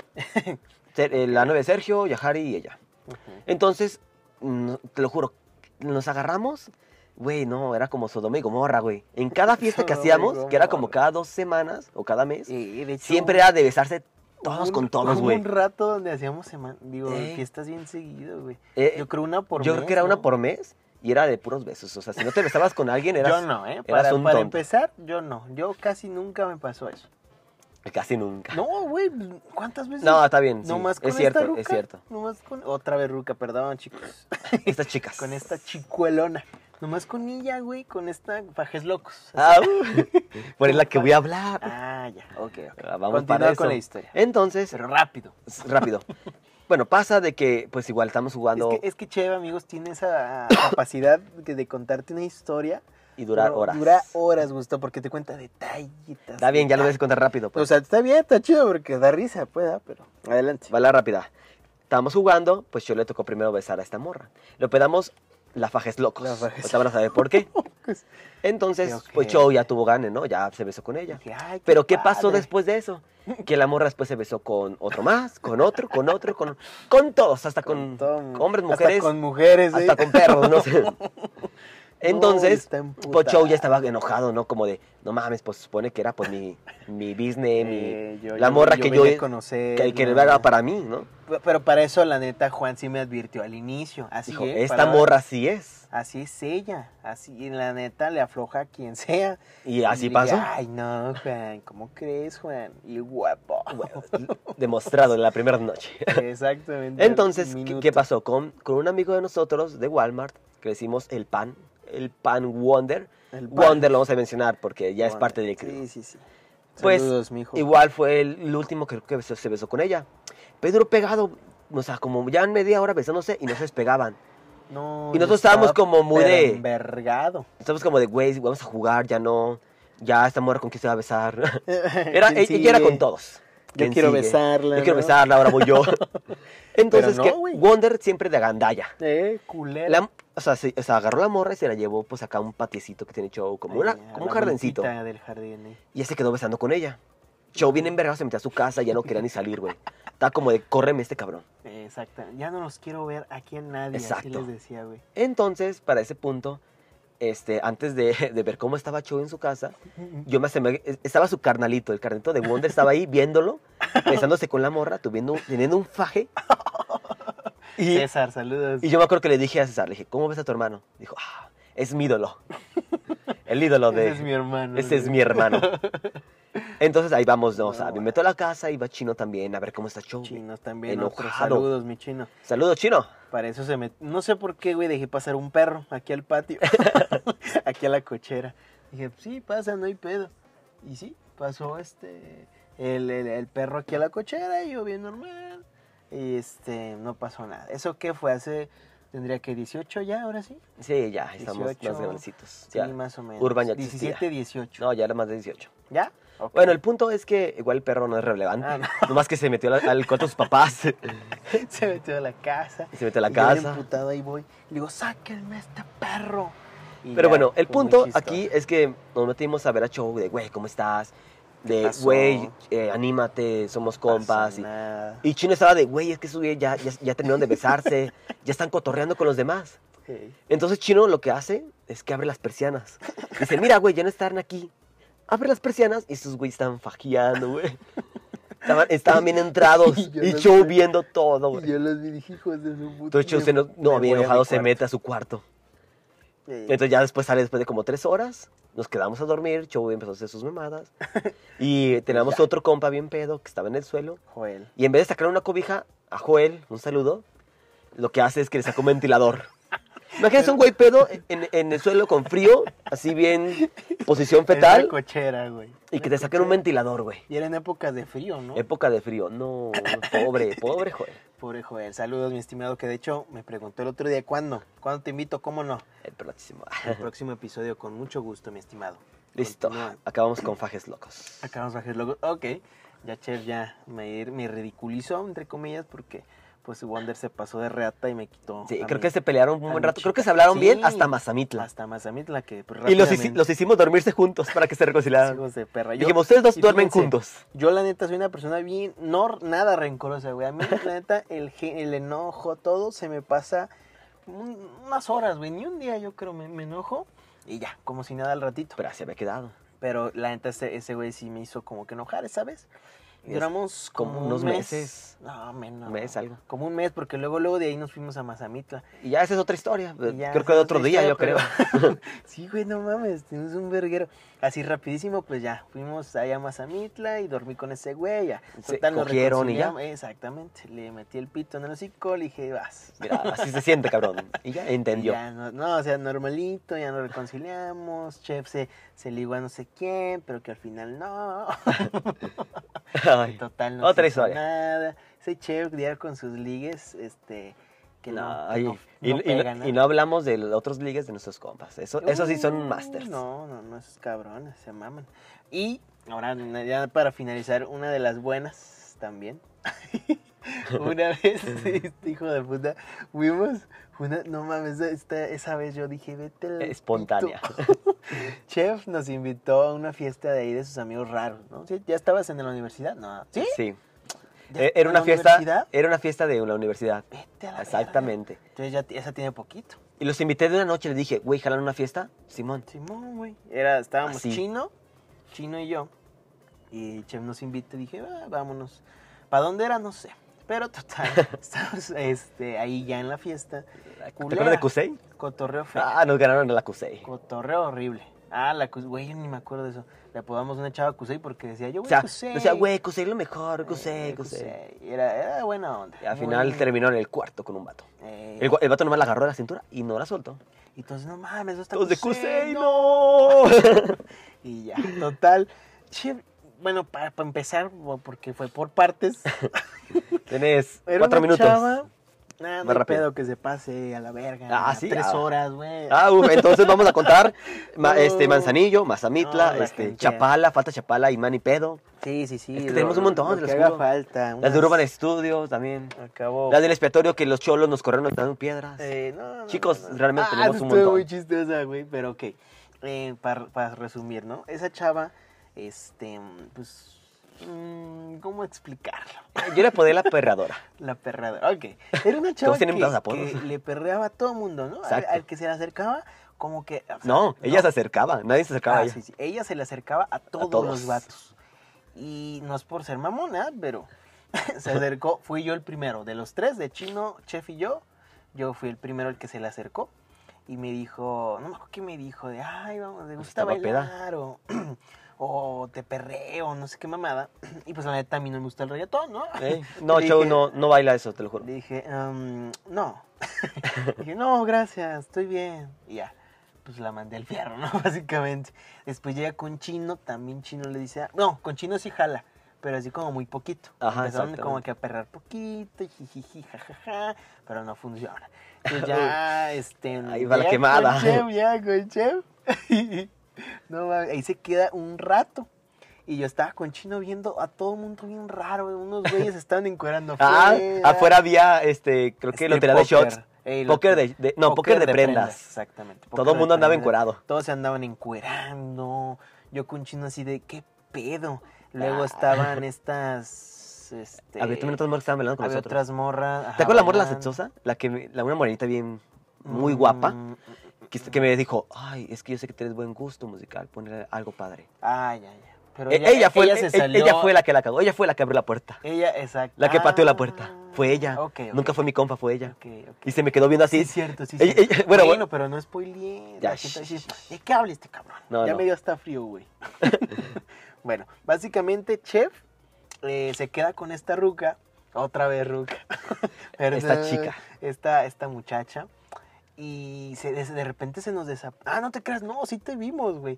Ser- eh, La novia de Sergio, Yahari y ella. Ujú. Entonces, no- te lo juro, nos agarramos. Güey, no, era como Sodoma y Gomorra, güey. En cada fiesta que Sodoma y hacíamos, que era como Gomorra. cada dos semanas o cada mes, Y, de hecho, siempre era de besarse todos hubo con un- todos, hubo güey. un rato donde hacíamos semana, digo, Eh. fiestas bien seguido, güey. Eh, Yo creo una por yo creo mes, que era una ¿no? por mes y era de puros besos. O sea, si no te besabas con alguien, eras, Yo no, ¿eh? eras Para, un para tonto. empezar, yo no. Yo casi nunca me pasó eso. Casi nunca. No, No, güey, ¿cuántas veces? está bien. sí, Nomás con es cierto, esta ruca, es cierto. Nomás con... Otra vez ruca, perdón, chicos. Estas chicas. con esta chicuelona. Nomás con ella, güey, con esta fajes locos. Ah, uh, por la que voy a hablar. Ah, ya, ok, ok. Ah, Vamos Continúa para eso. con la historia. Entonces, Pero rápido. rápido. Bueno, pasa de que, pues igual estamos jugando. Es que, es que Cheva, amigos, tiene esa capacidad que de contarte una historia y durar Pero horas. Dura horas, Gustavo, porque te cuenta detallitas. Está bien, ya lo detalles. voy a contar rápido. Pues. O sea, está bien, está chido porque da risa, pueda, pero adelante. Va la rápida. Estábamos jugando, pues yo le tocó primero besar a esta morra. Lo pedamos la fajes locos. La fajes Ahorita van a saber por qué. Entonces, Creo que- pues yo ya tuvo gane, ¿no? Ya se besó con ella. Dije, ay, Pero ¿qué pasó padre. después de eso? Que la morra después se besó con otro más, con otro, con otro, con, con todos, hasta con, todo- hombres, mujeres, Hasta con mujeres, ¿eh? hasta con perros, no sé. Entonces, está emputado. Pocho ya estaba enojado, ¿no? Como de, no mames, pues supone que era pues mi, mi business, mi, Eh, yo- la yo- morra yo que yo, venía a conocer, que, que no. le haga para mí, ¿no? Pero para eso, la neta, Juan sí me advirtió al inicio. Así Dijo, ¿eh? esta Para- morra sí es. Así es ella. Así, y la neta, le afloja a quien sea. Y le así dije, pasó. Ay, no, Juan, ¿cómo crees, Juan? Y guapo. Demostrado en la primera noche. Exactamente. al Entonces, ¿qué, minuto. qué pasó? Con, con un amigo de nosotros de Walmart, que le decimos el pan, el pan Wonder. El pan. Wonder lo vamos a mencionar porque ya es Wonder. parte del crew. Sí, sí, sí. Pues, Saludos, mijo. Igual fue el, el último que, que se, se besó con ella. Pedro pegado, o sea, como ya en media hora besándose y no se despegaban. No, y yo nosotros estábamos estaba como muy pero de- Envergado. Estamos como de, güey, vamos a jugar, ya no. Ya esta morra con quién se va a besar. Era, ¿Quién ella ella era sigue? con todos. Yo ¿Quién quiero sigue? besarla, Yo quiero ¿no? besarla, ahora voy yo. Entonces, no, que güey. Wonder siempre de agandalla. Eh, culera. La- o, sea, se, o sea, agarró la morra y se la llevó pues acá a un patiecito que tiene Chow, como, una, Ahí, a como un la jardincito. vueltita del jardín, eh. Y él se quedó besando con ella. Chow bien envergado se metió a su casa, ya no quería ni salir, güey. Estaba como de, córreme este cabrón. Eh, Exacto. Ya no los quiero ver aquí a nadie. Así Exacto. les decía, güey. Entonces, para ese punto, este, antes de, de ver cómo estaba Chow en su casa, yo me asemé, estaba su carnalito, el carnalito de Wonder estaba ahí viéndolo, besándose con la morra, tuviendo, un- teniendo un faje. Y, César, saludos. y yo me acuerdo que le dije a César, le dije, ¿cómo ves a tu hermano? Dijo, ah, es mi ídolo. El ídolo de... Ese es mi hermano. Ese Este es güey. mi hermano. Entonces ahí vamos, ¿no? O sea, Mm. No, me meto a la casa y va Chino también a ver cómo está Chow. Chinos también. Enojado. Otros saludos, mi chino. Saludos, Chino. Para eso se me... No sé por qué, güey, dejé pasar un perro aquí al patio. aquí a la cochera. Dije, "Pues sí, pasa, no hay pedo. Y sí, pasó este... El, el- el perro aquí a la cochera y yo bien normal. Y este, no pasó nada. ¿Eso qué fue? Hace... Tendría que 18 ya, ahora sí. Sí, ya, estamos 18. más grandecitos. Sí, ya. más o menos. Urban ya existía. 17, 18. No, ya era más de 18. ¿Ya? Ok. Bueno, el punto es que igual el perro no es relevante. Ah, no. Nomás que se metió al, al cuarto de sus papás. se metió a la casa. se metió a la Y yo bien casa. emputado ahí voy. Y digo, sáquenme a este perro. Y ya, Pero bueno, el fue muy punto chistoso. aquí es que nos metimos a ver a Chow de, güey, ¿cómo estás? De, pasó? güey, eh, anímate, somos compas. Pasa Y, nada. y Chino estaba de, güey, es que esos güeyes ya, ya, ya terminaron de besarse, ya están cotorreando con los demás. Hey. Entonces Chino lo que hace es que abre las persianas. Dice, mira, güey, ya no están aquí. Abre las persianas y esos güeyes estaban fajeando, güey. Estaban, estaban bien entrados Y yo y no Chow sé. viendo todo, Y güey. yo los vi dije, hijos de su puta. Entonces Chow, se no, no, me bien voy a enojado, mi se cuarto. mete a su cuarto. Eh, Entonces ya después sale después de como tres horas, nos quedamos a dormir, Chow empezó a hacer sus mamadas. Y teníamos Ya. otro compa bien pedo que estaba en el suelo. Joel. Y en vez de sacar una cobija a Joel, un saludo, lo que hace es que le saca un ventilador. Imagínense un güey pedo en, en el suelo con frío, así bien, posición Era una fetal, cochera, güey. y que Una te saquen un cochera. ventilador, güey. Y era en épocas de frío, ¿no? Época de frío. No, pobre, pobre Joel. Pobre Joel. Saludos, mi estimado, que de hecho me preguntó el otro día, ¿cuándo? ¿Cuándo te invito? ¿Cómo no? El próximo. El próximo episodio, con mucho gusto, mi estimado. Listo, Continúa. acabamos con fajes locos. Acabamos de hacer logo. Ok. Ya Chef ya me, me ridiculizó, entre comillas, porque pues Wonder se pasó de reata y me quitó. Sí, a creo mí. que se pelearon a un mi buen rato. Creo que se chica. hablaron bien Sí. hasta Mazamitla. Hasta Mazamitla, que pues, Y los, hici- rápidamente- pues, los hicimos dormirse juntos para que se reconciliaran. Hijos de perra. Yo- Dijimos, ustedes dos y duermen fíjense, juntos. Yo, la neta, soy una persona bien, no nada rencorosa, güey. A mí, la neta, el, gen- el enojo, todo se me pasa un- unas horas, güey. Ni un día, yo creo, me, me enojo y ya, como si nada al ratito. Pero así había quedado. Pero la neta, ese, ese güey sí me hizo como que enojar, ¿sabes? Es Duramos como como, unos un mes. meses. No, menos. Un mes, algo. Como un mes, porque luego, luego de ahí nos fuimos a Mazamitla. Y ya esa es otra historia. Y ya, creo esa que de es otro otra día, yo historia, creo. Sí, güey, no mames, tienes un verguero. Así rapidísimo, pues ya, fuimos allá a Mazamitla y dormí con ese güey, ya. Se nos cogieron y ya. reconciliamos. Exactamente, le metí el pito en el hocico, le dije, vas. Mira, así se siente, cabrón. Y ya entendió. Y ya, no, no, o sea, normalito, ya nos reconciliamos, Chef se, se ligó a no sé quién, pero que al final no. Ay. Total, no Otra se hizo historia. nada. Ese Chef diario con sus ligues, este, que No, no, que ay, no, no y, y no- pegan, y no hablamos de los otros ligues de nuestros compas. Eso, eso sí son Uh, masters. No, no, no, esos cabrones se maman. Y ahora, una- ya para finalizar, una de las buenas también. una vez, este hijo de puta, fuimos. una- no mames, esta- esa vez yo dije, vete al Espontánea. pito". Chef nos invitó a una fiesta de ahí de sus amigos raros, ¿no? ¿Sí? ¿Ya estabas en la universidad? No. ¿Sí? Sí. ¿Ya Eh, E, Era en la una fiesta. universidad? Era una fiesta de la universidad. Vete a la verga. Exactamente. Entonces ya t- esa tiene poquito. Y los invité de una noche, les dije, güey, ¿jalan una fiesta? Simón. Simón, güey. Era, estábamos Así. chino, chino y yo. Y Chef nos invita y dije, "Ah, vámonos. ¿Para dónde era? No sé. Pero total, estamos este, ahí ya en la fiesta. ¿Te acuerdas de Cusey? Cotorreo feo. Ah, nos ganaron en la Cusey. Cotorreo horrible. Ah, la Cus- güey, yo ni me acuerdo de eso. Le apodamos una chava Cusey porque decía, yo O voy sea, a Cusey. decía, güey, Cusey es lo mejor, Eh, Cusey, Cusey. Cusey. Y Era, era buena onda. Y al Muy- final terminó en el cuarto con un vato. eh, El, gua- el vato nomás la agarró de la cintura y no la soltó. y entonces, no mames, no está Todos de Cusey, Cusey, no no. Y ya, total. Che, bueno, para, empezar, bo- porque fue por partes. Tienes Era cuatro una minutos. chava, nada, no Más hay rápido. pedo que se pase a la verga. Ah, a sí, Tres ah. horas, güey. Ah, uf, entonces vamos a contar ma- No. este Manzanillo, Mazamitla, No, la este, gente. Chapala, falta Chapala y Mani Pedo. sí, sí, sí. Es que tenemos un montón, de que te los haga juro. falta. Las de unas- Urban Studios también. Acabó. Las del expiatorio que los cholos nos corrieron dando piedras. Eh, no, no, Chicos, no, no. realmente Ah, tenemos esa un estuvo montón. muy chistosa, güey, pero ok. Eh, para, para resumir, ¿no? Esa chava, este, pues, mm, ¿cómo explicarlo? Yo le apodé la perradora. La perrada. Ok. Era una chava Todos que, tienen los apodos. que le perreaba a todo mundo, ¿no? Al, Exacto. al que se le acercaba, como que... o sea, No, ella se acercaba, nadie se acercaba a Ah, ella. sí, sí. Ella se le acercaba a todos, todos. los vatos. Y no es por ser mamona, pero se acercó. Fui yo el primero. De los tres, de Chino, Chef y yo, yo fui el primero el que se le acercó. Y me dijo, no me acuerdo qué me dijo, de, ay, vamos, te gusta Pues estaba peda. bailar o, o te perreo, no sé qué mamada. Y pues la neta a mí no me gusta el reggaetón, ¿no? Ey, Eh, No, Le Chow dije- no, no baila eso, te lo juro. le Dije, "Em, no. dije, no, gracias, estoy bien. Y ya, pues la mandé al fierro, ¿no? Básicamente. Después llega con Chino, también Chino le dice, ah, no, con Chino sí jala, pero así como muy poquito. Ajá, Empezaron exactamente. como que a perrar poquito, y jijiji, jajaja, pero no funciona. Entonces ya, este. Ahí va la llega quemada. Con Chef, ya, con Chef. no mames, ahí se queda un rato. Y yo estaba con Chino viendo a todo mundo bien raro, güey, unos güeyes estaban encuerando Ah, afuera había, este, creo que lotería de shots. Póker de, de- no, póker, de, prendas. Exactamente. Todo póker el de mundo andaba prendas. encuerado. Todos se andaban encuerando. Yo con chino así de, ¿qué pedo? Luego Ah. estaban estas. Este, Había también otras morras que estaban bailando con había nosotros. otras morras. ajá, ¿Te acuerdas la morra la bailando. sexosa? La que, me- la una morenita bien, muy Mm, guapa, mm, que, este, que me dijo, ay, es que yo sé que tienes buen gusto musical, poner algo padre. Ah, ya, ya. Pero Eh, ella, fue, ella eh, se eh, salió. ella fue la que la cagó, ella fue la que abrió la puerta, Ella, exacto. la que pateó Ah, la puerta. Fue ella. Ok, ok, Nunca fue mi compa, fue ella. ok, ok. Y se me quedó viendo así. Sí, es cierto, sí. es Ey, cierto. ey, bueno, bueno. pero no spoilees. Ya, la gente va a decir, shh. ¿De qué habla este cabrón? No, ya no. me dio hasta frío, güey. bueno, básicamente, Chef eh, se queda con esta ruca. Otra vez ruca. Esta Perdón, chica. Esta, esta muchacha. Y se, de, de repente se nos desaparece. Ah, no te creas, no, sí te vimos, güey.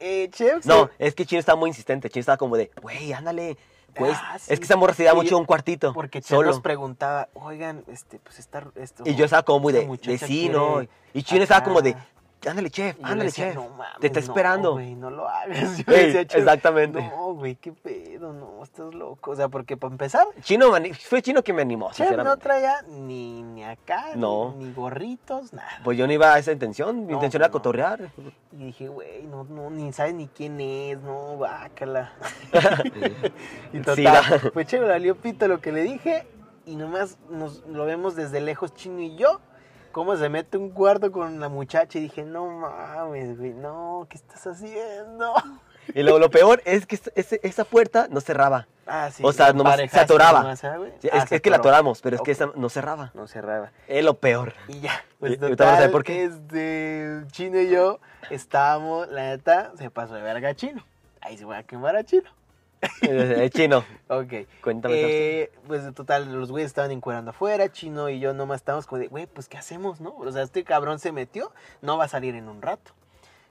Eh, chef. se- No, es que Chino estaba muy insistente. Chino estaba como de, güey, ándale. Güey, Ah, es- sí. Es que esa morra se da Y- mucho a un cuartito. Porque Chef solo. nos preguntaba, oigan, este, pues esta. Esto, Y yo estaba como muy de, esta muchacha de sí, no. quiere Y Chino estaba acá. como de, ándale, chef, Y yo le ándale, decía, chef. "No mames, te está no, esperando. güey, no lo hagas. Yo Ey, le decía, "Chef, exactamente. No, güey, qué pedo, no, estás loco. O sea, porque para empezar, Chino, mani- fue Chino que me animó, Chef no sinceramente. traía ni, ni acá, ni- No. ni, gorritos, nada. Pues yo no iba a esa intención. Mi No, pues intención era no. cotorrear. Y dije, güey, no, no, ni sabes ni quién es, no, bácala. y Sí, total, la- pues Chef le valió pito lo que le dije y nomás nos lo vemos desde lejos, Chino y yo. Cómo se mete un cuarto con la muchacha y dije, no mames, güey, no, ¿qué estás haciendo? Y lo, lo peor es que es- ese- esa puerta no cerraba. Ah, sí. O sea, la nomás pareja se atoraba. nomás, ah, güey. Sí, Ah, es, se es que la atoró. atoramos, pero es que Ok. esa no cerraba. No cerraba. Es lo peor. Y ya. Y- Pues y ahorita total, vamos a ver por qué. Este, Chino y yo estábamos, la neta, se pasó de verga a Chino. Ahí se va a quemar a Chino. Eh, Chino, Ok. cuéntame. esa Eh, pues total, los güeyes estaban encuerando afuera, Chino y yo nomás estábamos como de, güey, pues ¿qué hacemos, no? O sea, este cabrón se metió, no va a salir en un rato.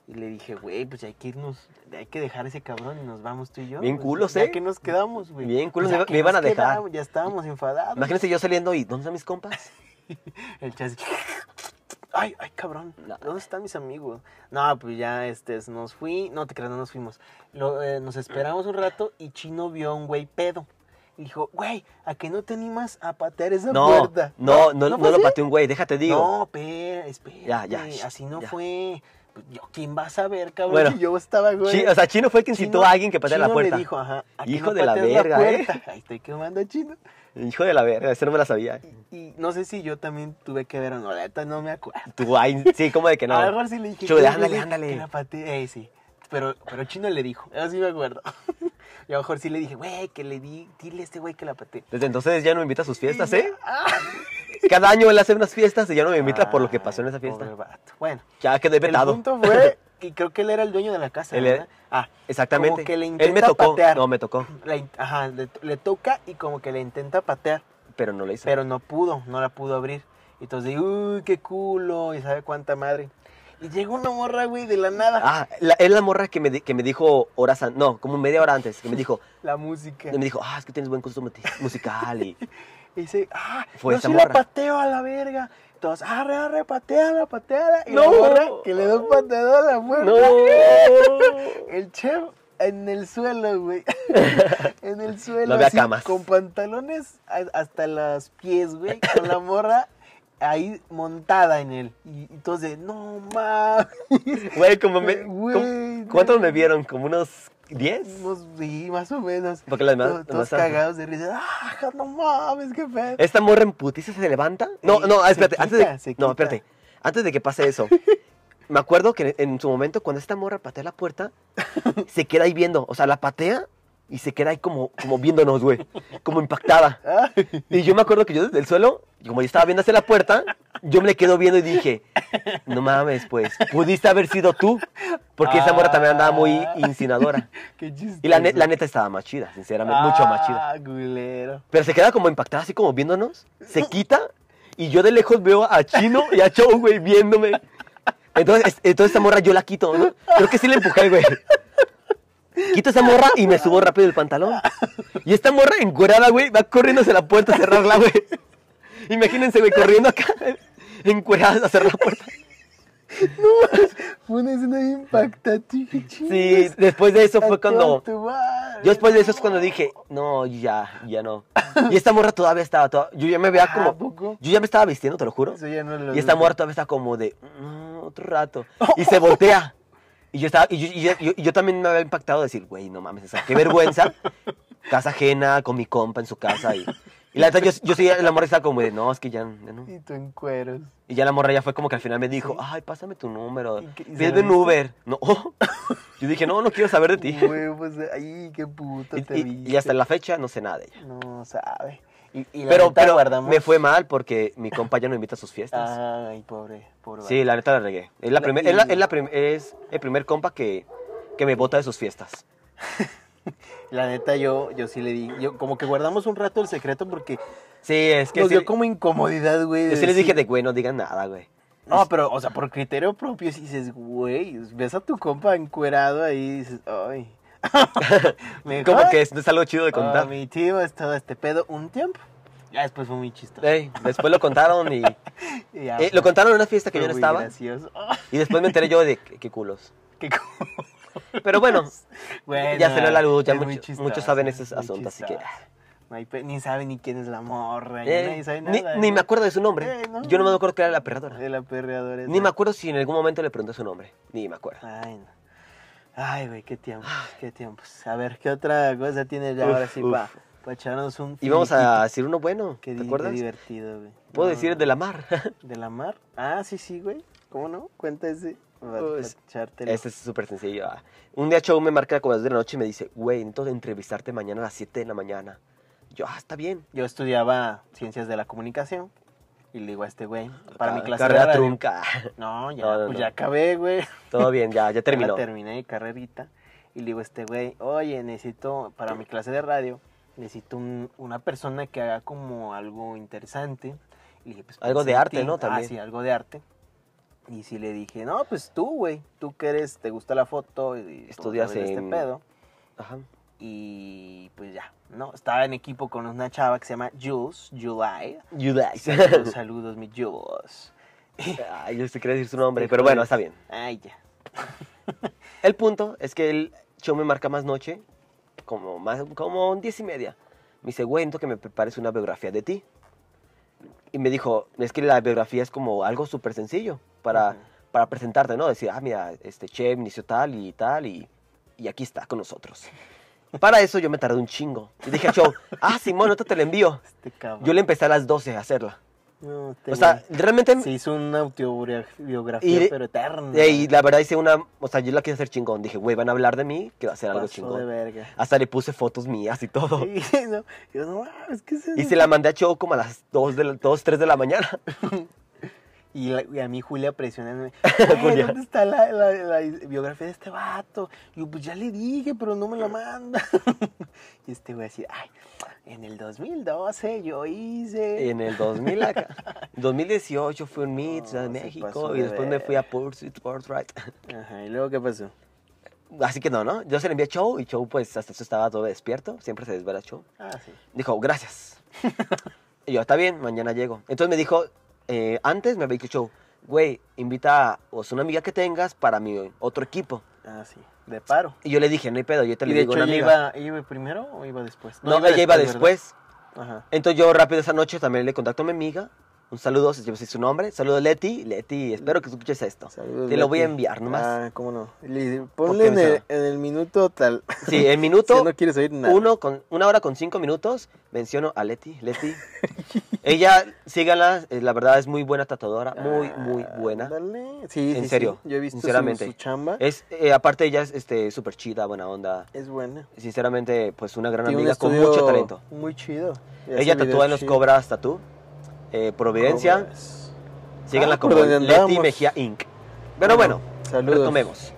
Y le dije, güey, pues hay que irnos, hay que dejar a ese cabrón y nos vamos tú y yo. Bien Pues, culos, ya ¿eh? que nos quedamos, güey. Bien culos, Ya me- que me iban nos a dejar. quedamos, Ya estábamos enfadados. Imagínense yo saliendo y ¿dónde están mis compas? El chasis. Ay, ay, cabrón. ¿Dónde están mis amigos? No, pues ya este, nos fui. No te creas, no nos fuimos. Lo, eh, nos esperamos un rato y Chino vio a un güey pedo. Y dijo, güey, ¿a que no te animas a patear esa No, puerta? no, no, no fue lo así? pateó un güey, déjate digo. No, espera, espera. Ya, ya, Así no ya. fue. Pues, yo, ¿Quién va a saber, cabrón? Bueno, si yo estaba, güey. Chi- o sea, Chino fue el que incitó Chino- a alguien que pateara la Chino puerta. le dijo, ajá, ¿a que Hijo no de la pateas verga, ¿eh? puerta? Ahí estoy quemando a Chino. Hijo de la verga, ese no me la sabía. Y no sé si yo también tuve que ver o no, la neta no me acuerdo. Tú, ay, sí, como de que no. A lo mejor sí le dije. Chulo, "Güey, ándale, güey, ándale. que la pateé. Eh, sí. Pero, pero Chino le dijo, eso sí me acuerdo. Y a lo mejor sí le dije, güey, que le di, dile a este güey que la pateé. Desde entonces ya no me invita a sus fiestas, Y ya- ¿eh? Ah. Cada año él hace unas fiestas y ya no me invita por lo que pasó en esa Ay, fiesta. Ah, pobre vato. Bueno, Ya quedé el vetado. punto fue, y creo que él era el dueño de la casa, Él ¿verdad? era- Ah, Exactamente. Como que le él me intenta tocó. patear. No, me tocó, la in- ajá, le, le toca y como que le intenta patear, pero no lo hice. pero no pudo, no la pudo abrir. Y entonces, uy, qué culo, y sabe cuánta madre. Y llegó una morra, güey, de la nada. Ah, la- es la morra que me, di- que me dijo horas, an- no, como media hora antes, que me dijo, La música. me dijo, ah, es que tienes buen gusto muti- musical y Y dice, ah, Fue yo esa sí la morra. pateo a la verga. Entonces, arre, arre, pateala, pateala. Y la No. morra que le da un pateadón a la puerta. no. El chef en el suelo, güey. en el suelo. No había así, camas. Con pantalones a- hasta los pies, güey. Con la morra ahí montada en él. Y y todos de, no mames. Güey, como me, Güey, como- no. ¿cuántos me vieron? ¿Como unos 10? Nos vi, más o menos. Porque las demás- Todos, todos las demás- cagados de risa. Ah, no mames, qué pedo. Esta morra en putiza se levanta. No, Sí, no, se espérate. quita, antes de, se no, quita. espérate. Antes de que pase eso, me acuerdo que en su momento, cuando esta morra patea la puerta, se queda ahí viendo. O sea, la patea y se queda ahí como, como viéndonos, güey. Como impactada. Ah, Y yo me acuerdo que yo desde el suelo, como yo estaba viendo hacia la puerta, yo me le quedo viendo y dije, no mames, pues, pudiste haber sido tú. Porque esa morra también andaba muy Ah. insinadora. qué chiste. Y la, ne- la neta estaba más chida, sinceramente, mucho más chida. Ah, culero. Pero se queda como impactada, así como viéndonos. Se quita y yo de lejos veo a Chino y a Chow, güey, viéndome. Entonces, es- entonces esa morra yo la quito, ¿no? Creo que sí la empujé, güey. Quito esa morra y me subo rápido el pantalón. Y esta morra encuerada, güey, va corriendo hacia la puerta a cerrarla, güey. Imagínense, güey, corriendo acá, encuerada a cerrar la puerta. Fue una escena impactante. qué Sí, chingas. después de eso fue cuando... Con tu madre. Yo después de eso es cuando dije, no, ya, ya no. Y esta morra todavía estaba, toda- yo ya me veía Ah, como... ¿a poco? Yo ya me estaba vistiendo, te lo juro. Eso ya no lo Y esta dudo. morra todavía está como de, "Mm, otro rato. Y se voltea. Y yo, estaba, y yo, y yo- y yo- y yo también me había impactado decir, güey, no mames, o sea, qué vergüenza. Casa ajena, con mi compa en su casa. Y, y la neta, yo, yo sí, la morra estaba como de, no, es que ya, ya no. Y tú en cueros. Y ya la morra ya fue como que al final me dijo, ay, pásame tu número. ¿Y qué- y se Pide lo un diste? Uber. No. Yo dije, no, no quiero saber de ti. Huevos, ay, qué puto Y, te vi. y- y hasta la fecha no sé nada de ella. No sabe. Y, y la Pero, neta pero guardamos- me fue mal porque mi compa ya no invita a sus fiestas. Ay, pobre, pobre. Sí, la neta la regué. Es, la La- primer- es, la- y- es la prim- es el primer compa que, que me bota de sus fiestas. vato. La neta, yo, yo sí le di. Yo, como que guardamos un rato el secreto porque Sí, es que nos sí, dio como incomodidad, güey. de yo sí les decir- dije de güey, no digan nada, güey. No, pero, o sea, por criterio propio, si dices, güey, ves a tu compa encuerado ahí y dices, ay. Mejor Como que es, es algo chido de contar. mi tío es todo este pedo un tiempo. Ya después fue muy chistoso. Ey, después lo contaron y Y ya, eh, lo contaron en una fiesta que fue yo no muy estaba gracioso. Ah, y después me enteré yo de qué, qué culos. qué co- Pero bueno, Bueno, ya salió a la luz, ya es muy mucho- chistoso, muchos saben es esos muy asuntos, así que- chistoso. No hay pe- ni sabe ni quién es la morra, eh, ni nadie sabe ni, nada. ni ¿no? me acuerdo de su nombre. Eh, no. Eh, Yo no me acuerdo que era la perradora. De la perreadora. Ni esa. me acuerdo si en algún momento le pregunté su nombre. Ni me acuerdo. Ay, no. Ay, güey, qué tiempos, qué tiempos. A ver, ¿qué otra cosa tienes ya Uf, ahora sí Ah. uf. para echarnos un Y vamos a finiquito? decir uno bueno, Qué, ¿te di- qué acuerdas? divertido, güey. Puedo No, decir el de la mar. ¿De la mar? Ah, sí, sí, güey. ¿Cómo no? Cuenta ese. Para, Pues, para echártelo. Este es súper sencillo. ah. Un día Chow me marca como a las 10 de la noche y me dice, güey, necesito de entrevistarte mañana a las 7 de la mañana. Yo, ah, está bien. Yo estudiaba ciencias de la comunicación y le digo a este güey, para mi Ca- clase de Carrera radio. trunca. No, ya, No, no, pues no. ya acabé, güey. Todo bien, ya, ya Ya terminó. terminé mi carrerita. Y le digo a este güey, oye, necesito, para mi clase de radio, necesito un- una persona que haga como algo interesante. Y le dije, pues, Algo pensé de en arte, ti. ¿no? Ah, También. sí, algo de arte. Y sí le dije, no, pues tú, güey, tú que eres, te gusta la foto y- y todo Estudias sobre este en- pedo. Ajá. Y pues ya, ¿no? Estaba en equipo con una chava que se llama Jules, July. You Saludos, saludos, mi Jules. Ay, yo sí quería Este decir su nombre, pero bueno, está bien. Ay, ya. El punto es que el show me marca más noche, como más, como un diez y media. Me dice, güey, necesito que me prepares una biografía de ti. Y me dijo, es que la biografía es como algo súper sencillo para, Ujú. para presentarte, ¿no? Decir, ah, mira, este chef inició tal y tal y, y aquí está con nosotros. Para eso yo me tardé un chingo. Y dije al show, ah, Simón, ahorita te la envío. Este cabrón. Yo le empecé a las 12 a hacerla. No, este O sea, güey. realmente... se hizo una autobiografía, Em, Y- pero eterna. eh, Y la verdad hice una... O sea, yo la quise hacer chingón. Dije, güey, van a hablar de mí, que va a hacer algo Pasó de chingón. verga. Hasta le puse fotos mías y todo. Sí, no, yo no, mames, ¿qué es eso? Y se la mandé a Choco como a las 2, de la, 2 3 de la mañana. Y, la- y a mí Julia presionándome. Julia. "Güey, ¿Dónde está la, la- la biografía de este vato? Y yo, pues ya le dije, pero no me la manda. y este güey así, ay, en el 2012 yo hice. En el 2000 acá. 2018 fui a un meet No, Ciudad de se México pasó y de después me ver. fui a Pursuit Sportwright. Ajá, ¿y luego qué pasó? Así que no, ¿no? Yo se la envié a Chow y Chow pues hasta eso estaba todo despierto. Siempre se desvela Chow. Ah, sí. Dijo, gracias. y yo, está bien, mañana llego. Entonces me dijo, eh, antes me había dicho Chow, güey, invita a pues, una amiga que tengas para mi otro equipo. Ah, sí. De paro. Y yo le dije, no hay pedo, yo te Y le de digo a hecho, una ella amiga. iba, ¿ella iba primero o iba después? No, ella iba ¿verdad? después. Ajá. Entonces yo rápido esa noche también le contacto a mi amiga. Un saludo, si yo sé su nombre. Saludo a Leti. Leti, espero que escuches esto. Saludos, Te lo voy a Leti. enviar nomás. Ah, cómo no. Le- qué Ponle en me el, llama? en el minuto tal. Sí, en Si minuto, no quieres oír nada. uno con, una hora con cinco minutos, menciono a Leti. Leti. Ella, síganla, eh, la verdad es muy buena tatuadora. Muy, muy Ah, buena. dale. Sí, En sí, serio, sí. Yo he visto su- sinceramente. Su, chamba. Es, Es, eh, aparte, ella es este, súper chida, buena onda. buena. Sinceramente, pues una gran Tiene un amiga con estudio mucho talento. Muy chido. Y hace Ella videos tatúa en los chidos. Cobras Tatú. eh, Providencia. Cobras. Síganla Ah, por como donde Leti andábamos. Mejía Inc. Pero bueno, saludos. retomemos.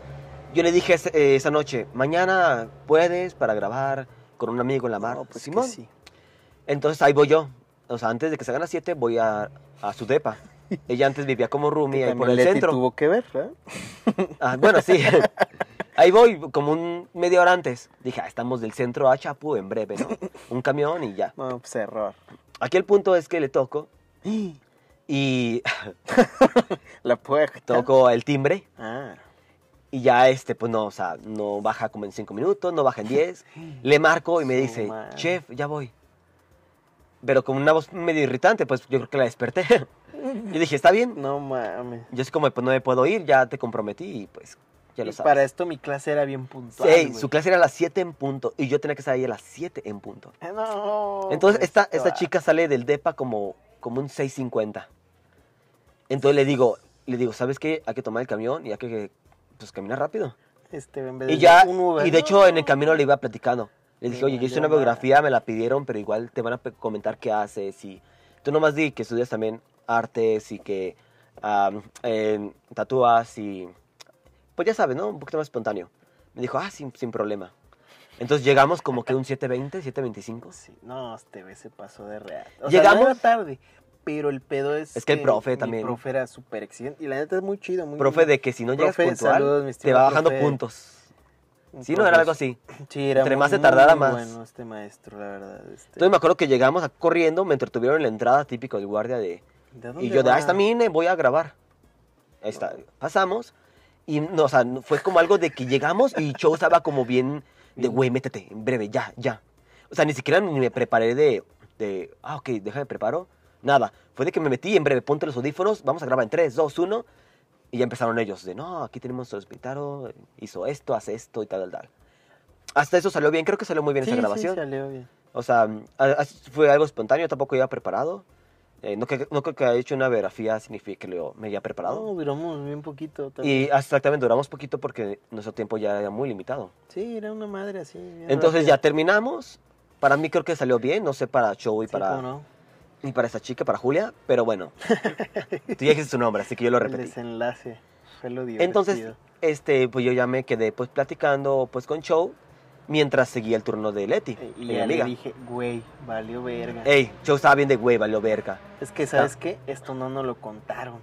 Yo le dije ese- eh, esa noche, mañana puedes para grabar con un amigo en la mar. No, pues Simón. que sí. Entonces ahí voy yo. O sea, antes de que salgan las 7 voy a, a su depa. Ella antes vivía como roomie ahí También por el Leti centro. tuvo que ver, ¿verdad? Ah, bueno, sí. Ahí voy como un media hora antes. Dije, "Ah, estamos del centro a Chapu en breve, ¿no? Un camión y ya. No, pues error. Aquí el punto es que le toco y La puerta. toco el timbre. Ah. Y ya este, pues no, o sea, no baja como en 5 minutos, no baja en 10. Le marco y me Su dice, madre. chef, ya voy. Pero con una voz medio irritante, pues yo creo que la desperté. yo dije, está bien. No mames. Yo es como, pues no me puedo ir, ya te comprometí y pues ya lo Y sabes. para esto mi clase era bien puntual. Sí, güey. su clase era a las 7 en punto y yo tenía que estar ahí a las 7 en punto. Eh, No. Entonces pues, esta, esta va. chica sale del DEPA como, como un 6.50. Entonces le digo, le digo, ¿sabes qué? Hay que tomar el camión y hay que pues, caminar rápido. Este, en vez de Y ya, un Uber, y no. de hecho en el camino le iba platicando. Le dije, Me oye, yo hice una valió biografía, me la pidieron, pero igual te van a pe- comentar qué haces. Y tú nomás di que estudias también artes y que am, em, tatúas y... Pues ya sabes, ¿no? Un poquito más espontáneo. Me dijo, ah, sin, sin problema. Entonces llegamos como que un 7.20, 7.25. Sí, no, este güey se pasó de real. O Llegamos- Llegamos tarde, pero el pedo es. Es que el profe también. El profe era súper exigente. Y la neta es muy chido, muy Profe, de que si no llegas Profe, puntual, saludos, mi te va estimado bajando profe. puntos. un Sí, no, profe- era algo así. Sí, era entre muy- más se tardara, muy más. Bueno, este maestro, la verdad. este, Entonces me acuerdo que llegamos a- corriendo, me entretuvieron en la entrada, típico del guardia de... ¿de dónde Y yo de, va? ah, está mi INE, voy a grabar. Ahí está. Pasamos. Y, no, o sea, no- fue como algo de que llegamos y Cho estaba como bien de, güey, métete, en breve, ya, ya. O sea, ni siquiera ni me preparé de, de, ah, ok, déjame preparo. Nada. Fue de que me metí, en breve, ponte los audífonos, vamos a grabar en 3, 2, 1. Y ya empezaron ellos de, no, aquí tenemos el hospital, hizo esto, hace esto y tal, tal, tal. Hasta eso salió bien, creo que salió muy bien Sí, esa sí, grabación. salió bien. O sea, mm, a- a- fue algo espontáneo, tampoco iba preparado. Eh, no, que, no creo que haya hecho una biografía signifique que lo- me haya No, preparado. duramos bien poquito. también. y exactamente, duramos poquito porque nuestro tiempo ya era muy limitado. Sí, era una madre así. bien Entonces rápida. ya terminamos. Para mí creo que salió bien, no sé para Show y, Sí, para, cómo no, y para esa chica, para Julia, pero bueno. tú ya dijiste su nombre, así que yo lo El repetí. desenlace. Fue lo divertido. Entonces, este, pues yo ya me quedé pues platicando pues con Show mientras seguía el turno de Leti, Y mi ya le eh, amiga. dije, güey, valió verga. Ey, Show estaba bien de hueva, lo verga. Es que, ¿sabes qué? Esto no nos lo contaron.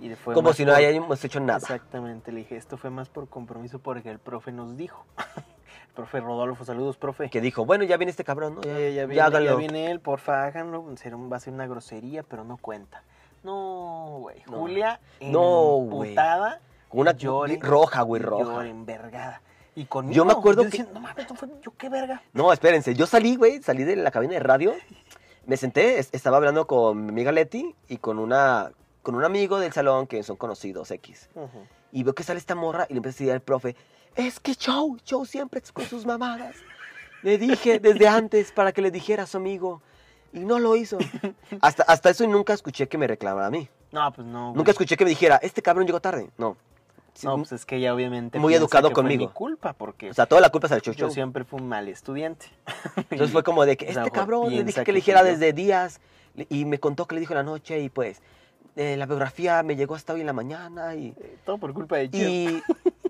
Y fue Como más si no por- hayamos hecho nada. Exactamente, le dije, esto fue más por compromiso porque el profe nos dijo. profe Rodolfo. Saludos, profe. Que dijo, bueno, ya viene este cabrón, ¿no? Ya, ya, ya viene, háganlo. ya viene él, porfa, háganlo. Será un- va a ser una grosería, pero no cuenta. No, güey. No. Julia, No, güey. emputada, Con una llore, roja, güey, roja. llore, envergada. Y conmigo, Yo me acuerdo que- diciendo, no mames, no fue- yo qué verga. No, espérense, yo salí, güey, salí de la cabina de radio, me senté, es- estaba hablando con mi amiga Leti y con una con un amigo del salón que son conocidos X. Y veo que sale esta morra y le empieza a decir al profe, es que Joe, Joe siempre con sus mamadas. Le dije desde antes para que le dijera a su amigo y no lo hizo. Hasta, hasta eso nunca escuché que me reclamara a mí. No, pues no. güey. Nunca escuché que me dijera, este cabrón llegó tarde. No. No, pues es que ella obviamente. Muy piensa educado que fue conmigo. mi culpa, porque O sea, toda la culpa es del Joe. yo Joe. siempre fui un mal estudiante. Entonces fue como de que O sea, este ojo, cabrón le piensa dije que que le dijera soy yo. desde días le- y me contó que le dijo en la noche y pues eh, la biografía me llegó hasta hoy en la mañana y, Eh, Todo por culpa de Gio. y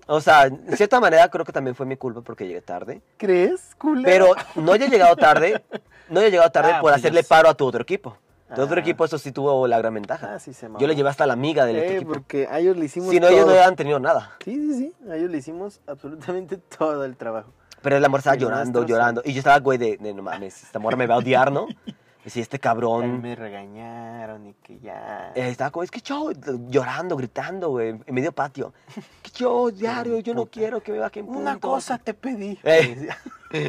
o sea, en cierta manera creo que también fue mi culpa porque llegué tarde, ¿Crees, culero? pero no haya llegado tarde, no haya llegado tarde Ah, por pues yo hacerle sí. paro a tu otro equipo. Tu otro Ah. equipo eso sí tuvo la gran ventaja. Ah, sí se mamó. Yo le llevé hasta la amiga del otro Eh, equipo. porque a ellos le hicimos Si no, ellos no todo. hubieran tenido nada. Sí, sí, sí. A ellos le hicimos absolutamente todo el trabajo. Pero el amor estaba El llorando, nuestro, sí. llorando. Y yo estaba, güey, de, de, no mames, esta amor me va a odiar, ¿no? Y si este A mí cabrón... me regañaron y que ya. Eh, estaba como, es que yo, llorando, gritando, güey, en medio patio. Que yo, diario, yo no puta. quiero que me bajen puntos. Una cosa te pedí. Eh. Me decía.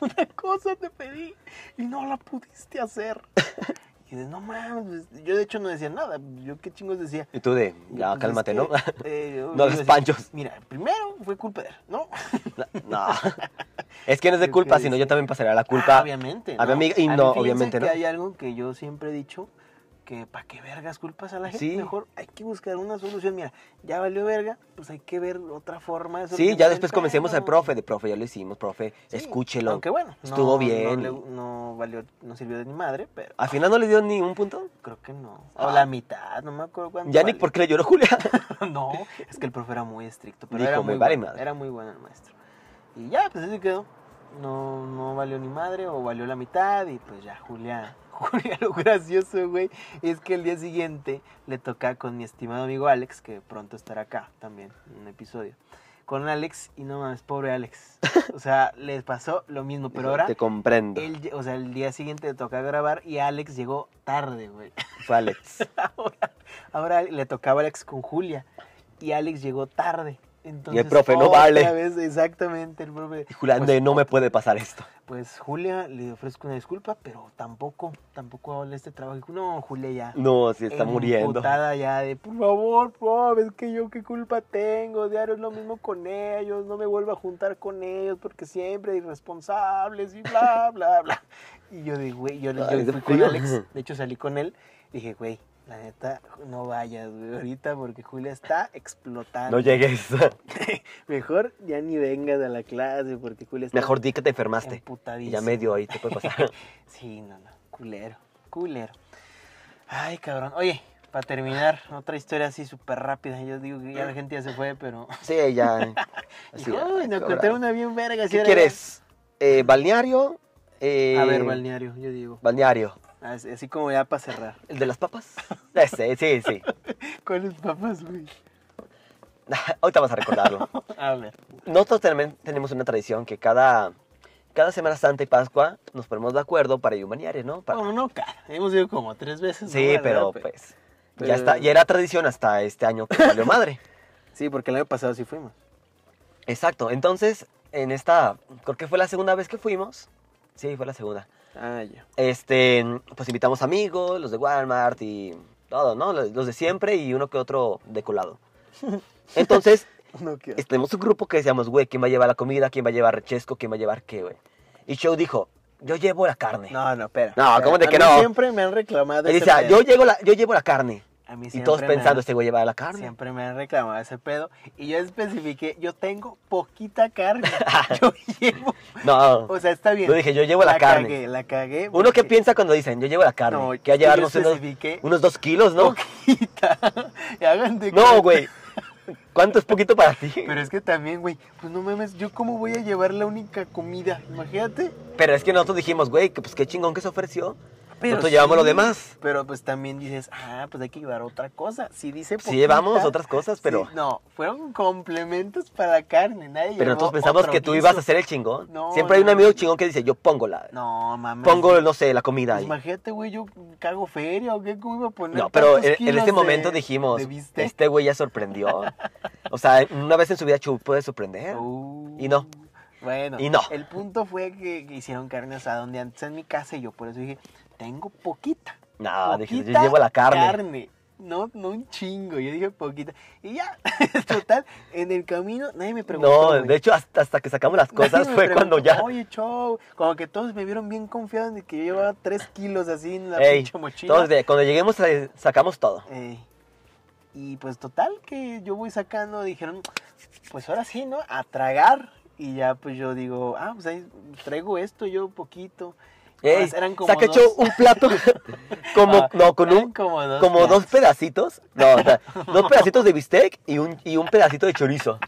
Una cosa te pedí y no la pudiste hacer. Y dices, no mames. pues, Yo de hecho no decía nada. Yo qué chingos decía. Y tú de, ya, Pues, es cálmate, que, ¿no? eh, yo- No yo hagas decía, panchos. Mira, primero fue culpa de él, ¿no? no. Es que no es de Yo culpa, qué sino decía. yo también pasaría la culpa. Ah, obviamente. a mi amiga- y A mí no, fíjense obviamente que no. hay algo que yo siempre he dicho, que para qué vergas culpas a la gente, Sí. mejor hay que buscar una solución. Mira, ya valió verga, pues hay que ver otra forma de sí, ya solucionar después el comencemos al pedo. profe, de profe, ya lo hicimos, profe, Sí, escúchelo. Aunque bueno, no- Estuvo no bien. le- No, valió, no sirvió de ni madre, pero Al final no le dio ni un punto. creo que no. Ah. O la mitad, no me acuerdo cuánto. Ya ni valió. por qué le lloró Julia. no, es que el profe era muy estricto, pero Dijo, era "Me muy vale bueno, madre". era muy bueno el maestro. Y ya, pues así quedó. No, no valió ni madre o valió la mitad y pues ya Julia, Julia lo gracioso, güey, es que el día siguiente le toca con mi estimado amigo Alex, que pronto estará acá también en un episodio. Con Alex y no mames, pobre Alex. O sea, les pasó lo mismo, pero ahora Te comprendo. él, lle- o sea, el día siguiente le toca grabar y Alex llegó tarde, güey. Fue Alex. Ahora, ahora le tocaba a Alex con Julia y Alex llegó tarde. Entonces, profe, no otra vale. vez, exactamente, el profe. Y Julia, pues, no me puede pasar esto. pues, Julia le ofrezco una disculpa, pero tampoco, tampoco vale este trabajo. Dijo, No, Julia ya. No, si está muriendo. emputada ya de, por favor, profe, es que yo qué culpa tengo, diario es lo mismo con ellos, no me vuelvo a juntar con ellos porque siempre irresponsables y bla, bla, bla. Y yo de, güey, yo, yo Ay, de fui con frío. Alex, de hecho salí con él, dije, güey, la neta, no vayas, güey, ahorita porque Julia está explotando. No llegues. Mejor ya ni vengas a la clase porque Julia está Mejor di que te enfermaste. Y emputadísima. ya medio ahí te puede pasar. Sí, no, no. Culero. Culero. Ay, cabrón. Oye, para terminar, otra historia así súper rápida. Yo digo que ya la gente ya se fue, pero. Sí, ya. Hijo, uy, nos cobrar. contaron una bien verga. si ¿Qué era- quieres? Eh, ¿Balneario? Eh, A ver, balneario, yo digo. balneario. Así, así como ya para cerrar. ¿El de las papas? Ese, sí, sí. ¿Cuáles papas, güey? Ahorita vas a recordarlo. A ver. Nosotros también tenemos una tradición que cada, cada Semana Santa y Pascua nos ponemos de acuerdo para ir a un balneario, ¿no? Para- Bueno, no, cara. Hemos ido como tres veces. sí, Oh, ¿no? pero ¿Verdad? pues... pero- Ya, está, ya era tradición hasta este año que salió madre. Sí, porque el año pasado sí fuimos. Exacto. Entonces, en esta... Creo que fue la segunda vez que fuimos. Sí, fue la segunda. Ah, ya. Este, pues invitamos amigos, los de Walmart y todo, ¿no? Los los de siempre y uno que otro de colado. Entonces, No quiero. es- tenemos un grupo que decíamos, güey, ¿quién va a llevar la comida? ¿Quién va a llevar rechesco? ¿Quién va a llevar qué, güey? Y Show dijo, yo llevo la carne. No, no, espera. No, espera. ¿cómo de A que mí no? Siempre me han reclamado. Él ese dice, "Ah, pedo. yo, llevo la, yo llevo la carne. A mí Y todos siempre me pensando, han- este güey lleva la carne. Siempre me han reclamado ese pedo. Y yo especifiqué, yo tengo poquita carne. yo llevo. No, O sea, está bien. Yo dije, yo llevo la carne. Cagué, la cagué. uno que porque- piensa cuando dicen, yo llevo la carne. No, que va a llevar, yo no sé, unos, especifiqué unos dos kilos, ¿no? Poquita. Hagan de cuenta. No, güey. ¿Cuánto es poquito para ti? Pero es que también, güey, pues no mames, yo cómo voy a llevar la única comida. Imagínate. Pero es que nosotros dijimos, güey, que pues qué chingón que se ofreció. Pero Nosotros llevamos lo demás. Pero pues también dices, ah, pues hay que llevar otra cosa. Si dice Sí llevamos poquita, otras cosas, pero... sí, no, fueron complementos para la carne. Nadie Pero llevó nosotros pensamos otro que tú guiso. ibas a ser el chingón. No, Siempre hay un no. amigo chingón que dice, yo pongo la... No, mames. Pongo, no sé, la comida Pues ahí. imagínate, güey, yo cago feria o qué, cómo iba a poner. No, pero tantos en, en kilos este momento de- dijimos, de bistec? este güey ya sorprendió. O sea, una vez en su vida Chu puede sorprender. Uh, "Este y no. Bueno, Y no. el punto fue que, que hicieron carne asada donde antes en mi casa y yo por eso dije, tengo poquita. No, Ah, dije, yo poquita llevo la carne. No, no un chingo, yo dije poquita. Y ya, total, en el camino nadie me preguntó. no, güey. de hecho, hasta, hasta que sacamos las Nadie cosas me fue cuando ya... preguntó, Oye, chau. Como que todos me vieron bien confiado en que yo llevaba tres kilos así en la Ey, pinche mochila. todos de- cuando lleguemos eh, sacamos todo. Eh, y pues total, que yo voy sacando, dijeron, pues ahora sí, ¿no? A tragar. Y ya pues yo digo, ah, pues ahí traigo esto yo poquito. Ey, Más, eran como saca dos. hecho un plato como Ah, no con eran un como dos. como dos platos. pedacitos, no, o sea, dos pedacitos de bistec y un y un pedacito de chorizo.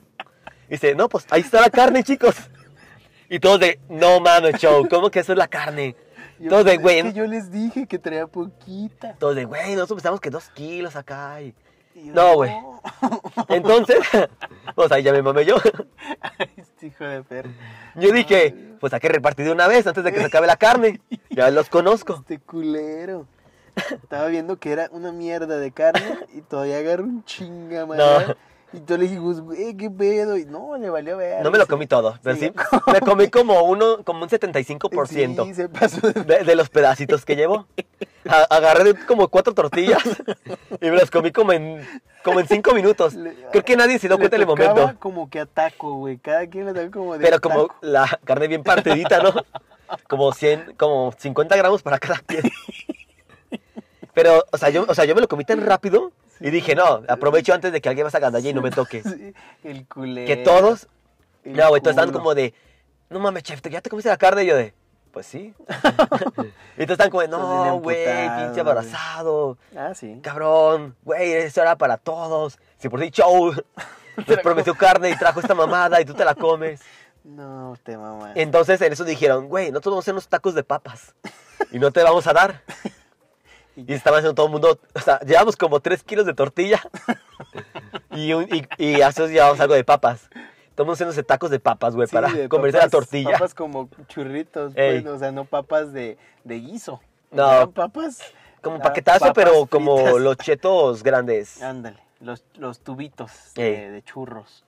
Y dice, "No, pues ahí está la carne, chicos." Y todos de, "No mames, show, ¿cómo que eso es la carne?" Yo, Todos de, pues, "Güey, es que yo les dije que traía poquita. todos de, "Güey, nosotros pensamos que dos kilos acá." y- Y yo, No, güey. Entonces, pues ahí ya me mamé yo. Ay, este hijo de perro. Yo dije, "Pues hay que repartir de una vez antes de que se acabe la carne." Ya los conozco. Este culero. Estaba viendo que era una mierda de carne y todavía agarró un chingamadre. Y yo le dije, "Pues, güey, qué pedo. Y no, le valió ver. No me lo comí todo, pero Sí. sí, me comí como uno, como un 75% Sí, se pasó de de, de los pedacitos que llevo. A- agarré de- como cuatro tortillas y me las comí como en, como en cinco minutos. Le- Creo que nadie se dio le cuenta en el tocaba momento. como que ataco, güey. Cada quien le tocaba como de Pero como taco. la carne bien partidita, ¿no? Como 100, como 50 gramos para cada pie. Pero, o sea, yo, o sea, yo me lo comí tan rápido y dije, no, aprovecho antes de que alguien más haga gandalla y no me toque. Sí, el culero. Que todos el No, güey, todos estaban culo. como de, no mames, chef, ¿ya te comiste la carne? Y yo de, pues sí. y todos estaban como de, Todos bien no, güey, emputados, pinche güey. abrazado, Ah, sí. cabrón, güey, eso era para todos. Si por ti, show, nos prometió carne y trajo esta mamada y tú te la comes. No, te mamá. Entonces en eso dijeron, güey, nosotros vamos a hacer unos tacos de papas y no te vamos a dar. Y estaban haciendo todo el mundo, o sea, llevamos como 3 kilos de tortilla y, un- y, y a esos llevamos algo de papas. Estamos haciéndose tacos de papas, güey, para comerse la tortilla. Papas como churritos, Ey. pues, o sea, no papas de, de guiso. No. Eran papas. Como eran paquetazo, papas pero como fritas. Ah. los chetos grandes. Ándale, los, los tubitos Ey. de, de churros.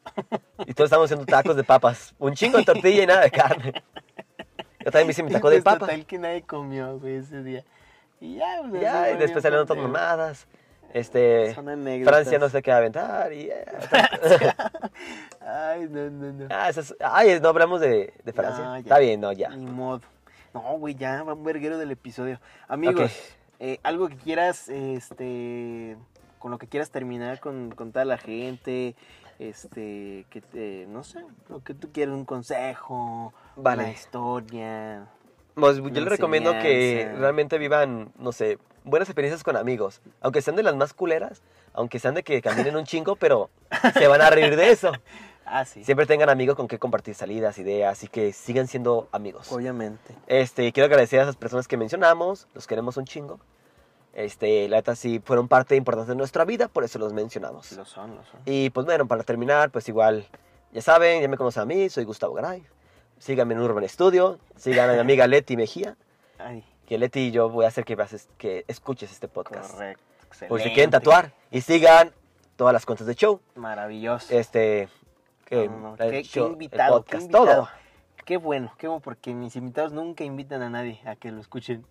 Y todos estamos haciendo tacos de papas. Un chingo de tortilla y nada de carne. Yo también me hice mi Y taco de pues, papa. Total que nadie comió, güey, ese día. Y ya, pues, así Ya, y fue bien después salieron otras pendejo. mamadas. Este, Son anécdotas. Francia no se queda aventar. Y, eh, Ay, no, no, no. ah, esas- ay, no hablamos de, de Francia. No, ya. Está bien, no, ya. Ni modo. No, güey, ya va un verguero del episodio. Amigos, Ok. eh, algo que quieras, este, con lo que quieras terminar con, con toda la gente, este, que te, no sé, lo que tú quieras, un consejo, Vale. una historia. Pues, yo les recomiendo que enseñanza. realmente vivan, no sé, buenas experiencias con amigos. Aunque sean de las más culeras, aunque sean de que caminen un chingo, pero se van a reír de eso. Ah, sí, Siempre tengan amigos con que compartir salidas, ideas y que sigan siendo amigos. obviamente. Este, quiero agradecer a esas personas que mencionamos, los queremos un chingo. Este, la neta sí fueron parte importante de nuestra vida, por eso los mencionamos. Lo son, lo son. Y pues bueno, para terminar, pues igual, ya saben, ya me conocen a mí, soy Gustavo Garay. Síganme en Urban Studio, sigan a mi amiga Leti Mejía, Ay, que Leti y yo voy a hacer que, veas es- que escuches este podcast. correcto. Por si excelente, quieren tatuar y sigan todas las cuentas de show. Maravilloso. Este, que, No, no, no. el Qué- qué show, el invitado, qué podcast, invitado. todo. Qué bueno, qué bueno, porque mis invitados nunca invitan a nadie a que lo escuchen.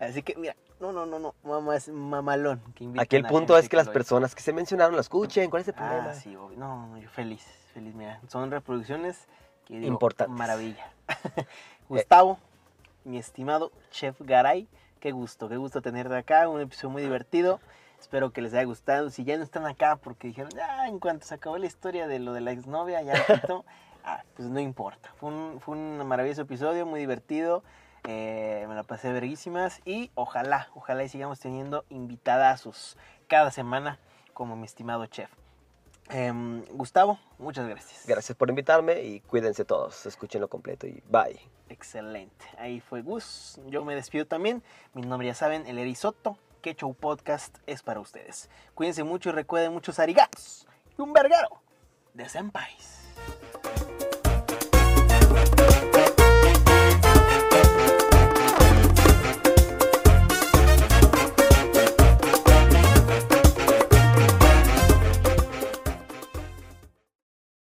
Así que, mira, no, no, no, no, mamá es mamalón. Que invitan Aquí el a punto gente es que las lo- personas que se mencionaron lo escuchen. ¿Cuál es el problema? Ah, sí, obvio. No, no, yo feliz, feliz, mira. Son reproducciones que digo, Importantes. Maravilla. Gustavo, mi estimado Chef Garay, qué gusto, qué gusto tenerte acá. Un episodio Ah, muy divertido. Espero que les haya gustado. Si ya no están acá porque dijeron, ah, en cuanto se acabó la historia de lo de la exnovia, ya lo quitó", ah, pues no importa. Fue un, fue un maravilloso episodio, muy divertido. Eh, me la pasé verguísimas y ojalá, ojalá y sigamos teniendo invitadazos cada semana como mi estimado chef. Em, Gustavo, muchas gracias. Gracias por invitarme y cuídense todos. Escúchenlo completo y bye. Excelente. Ahí fue Gus. Yo me despido también. Mi nombre ya saben, el Erizoto. Que Show Podcast es para ustedes. Cuídense mucho y recuerden muchos arigatos y un vergaro de senpais.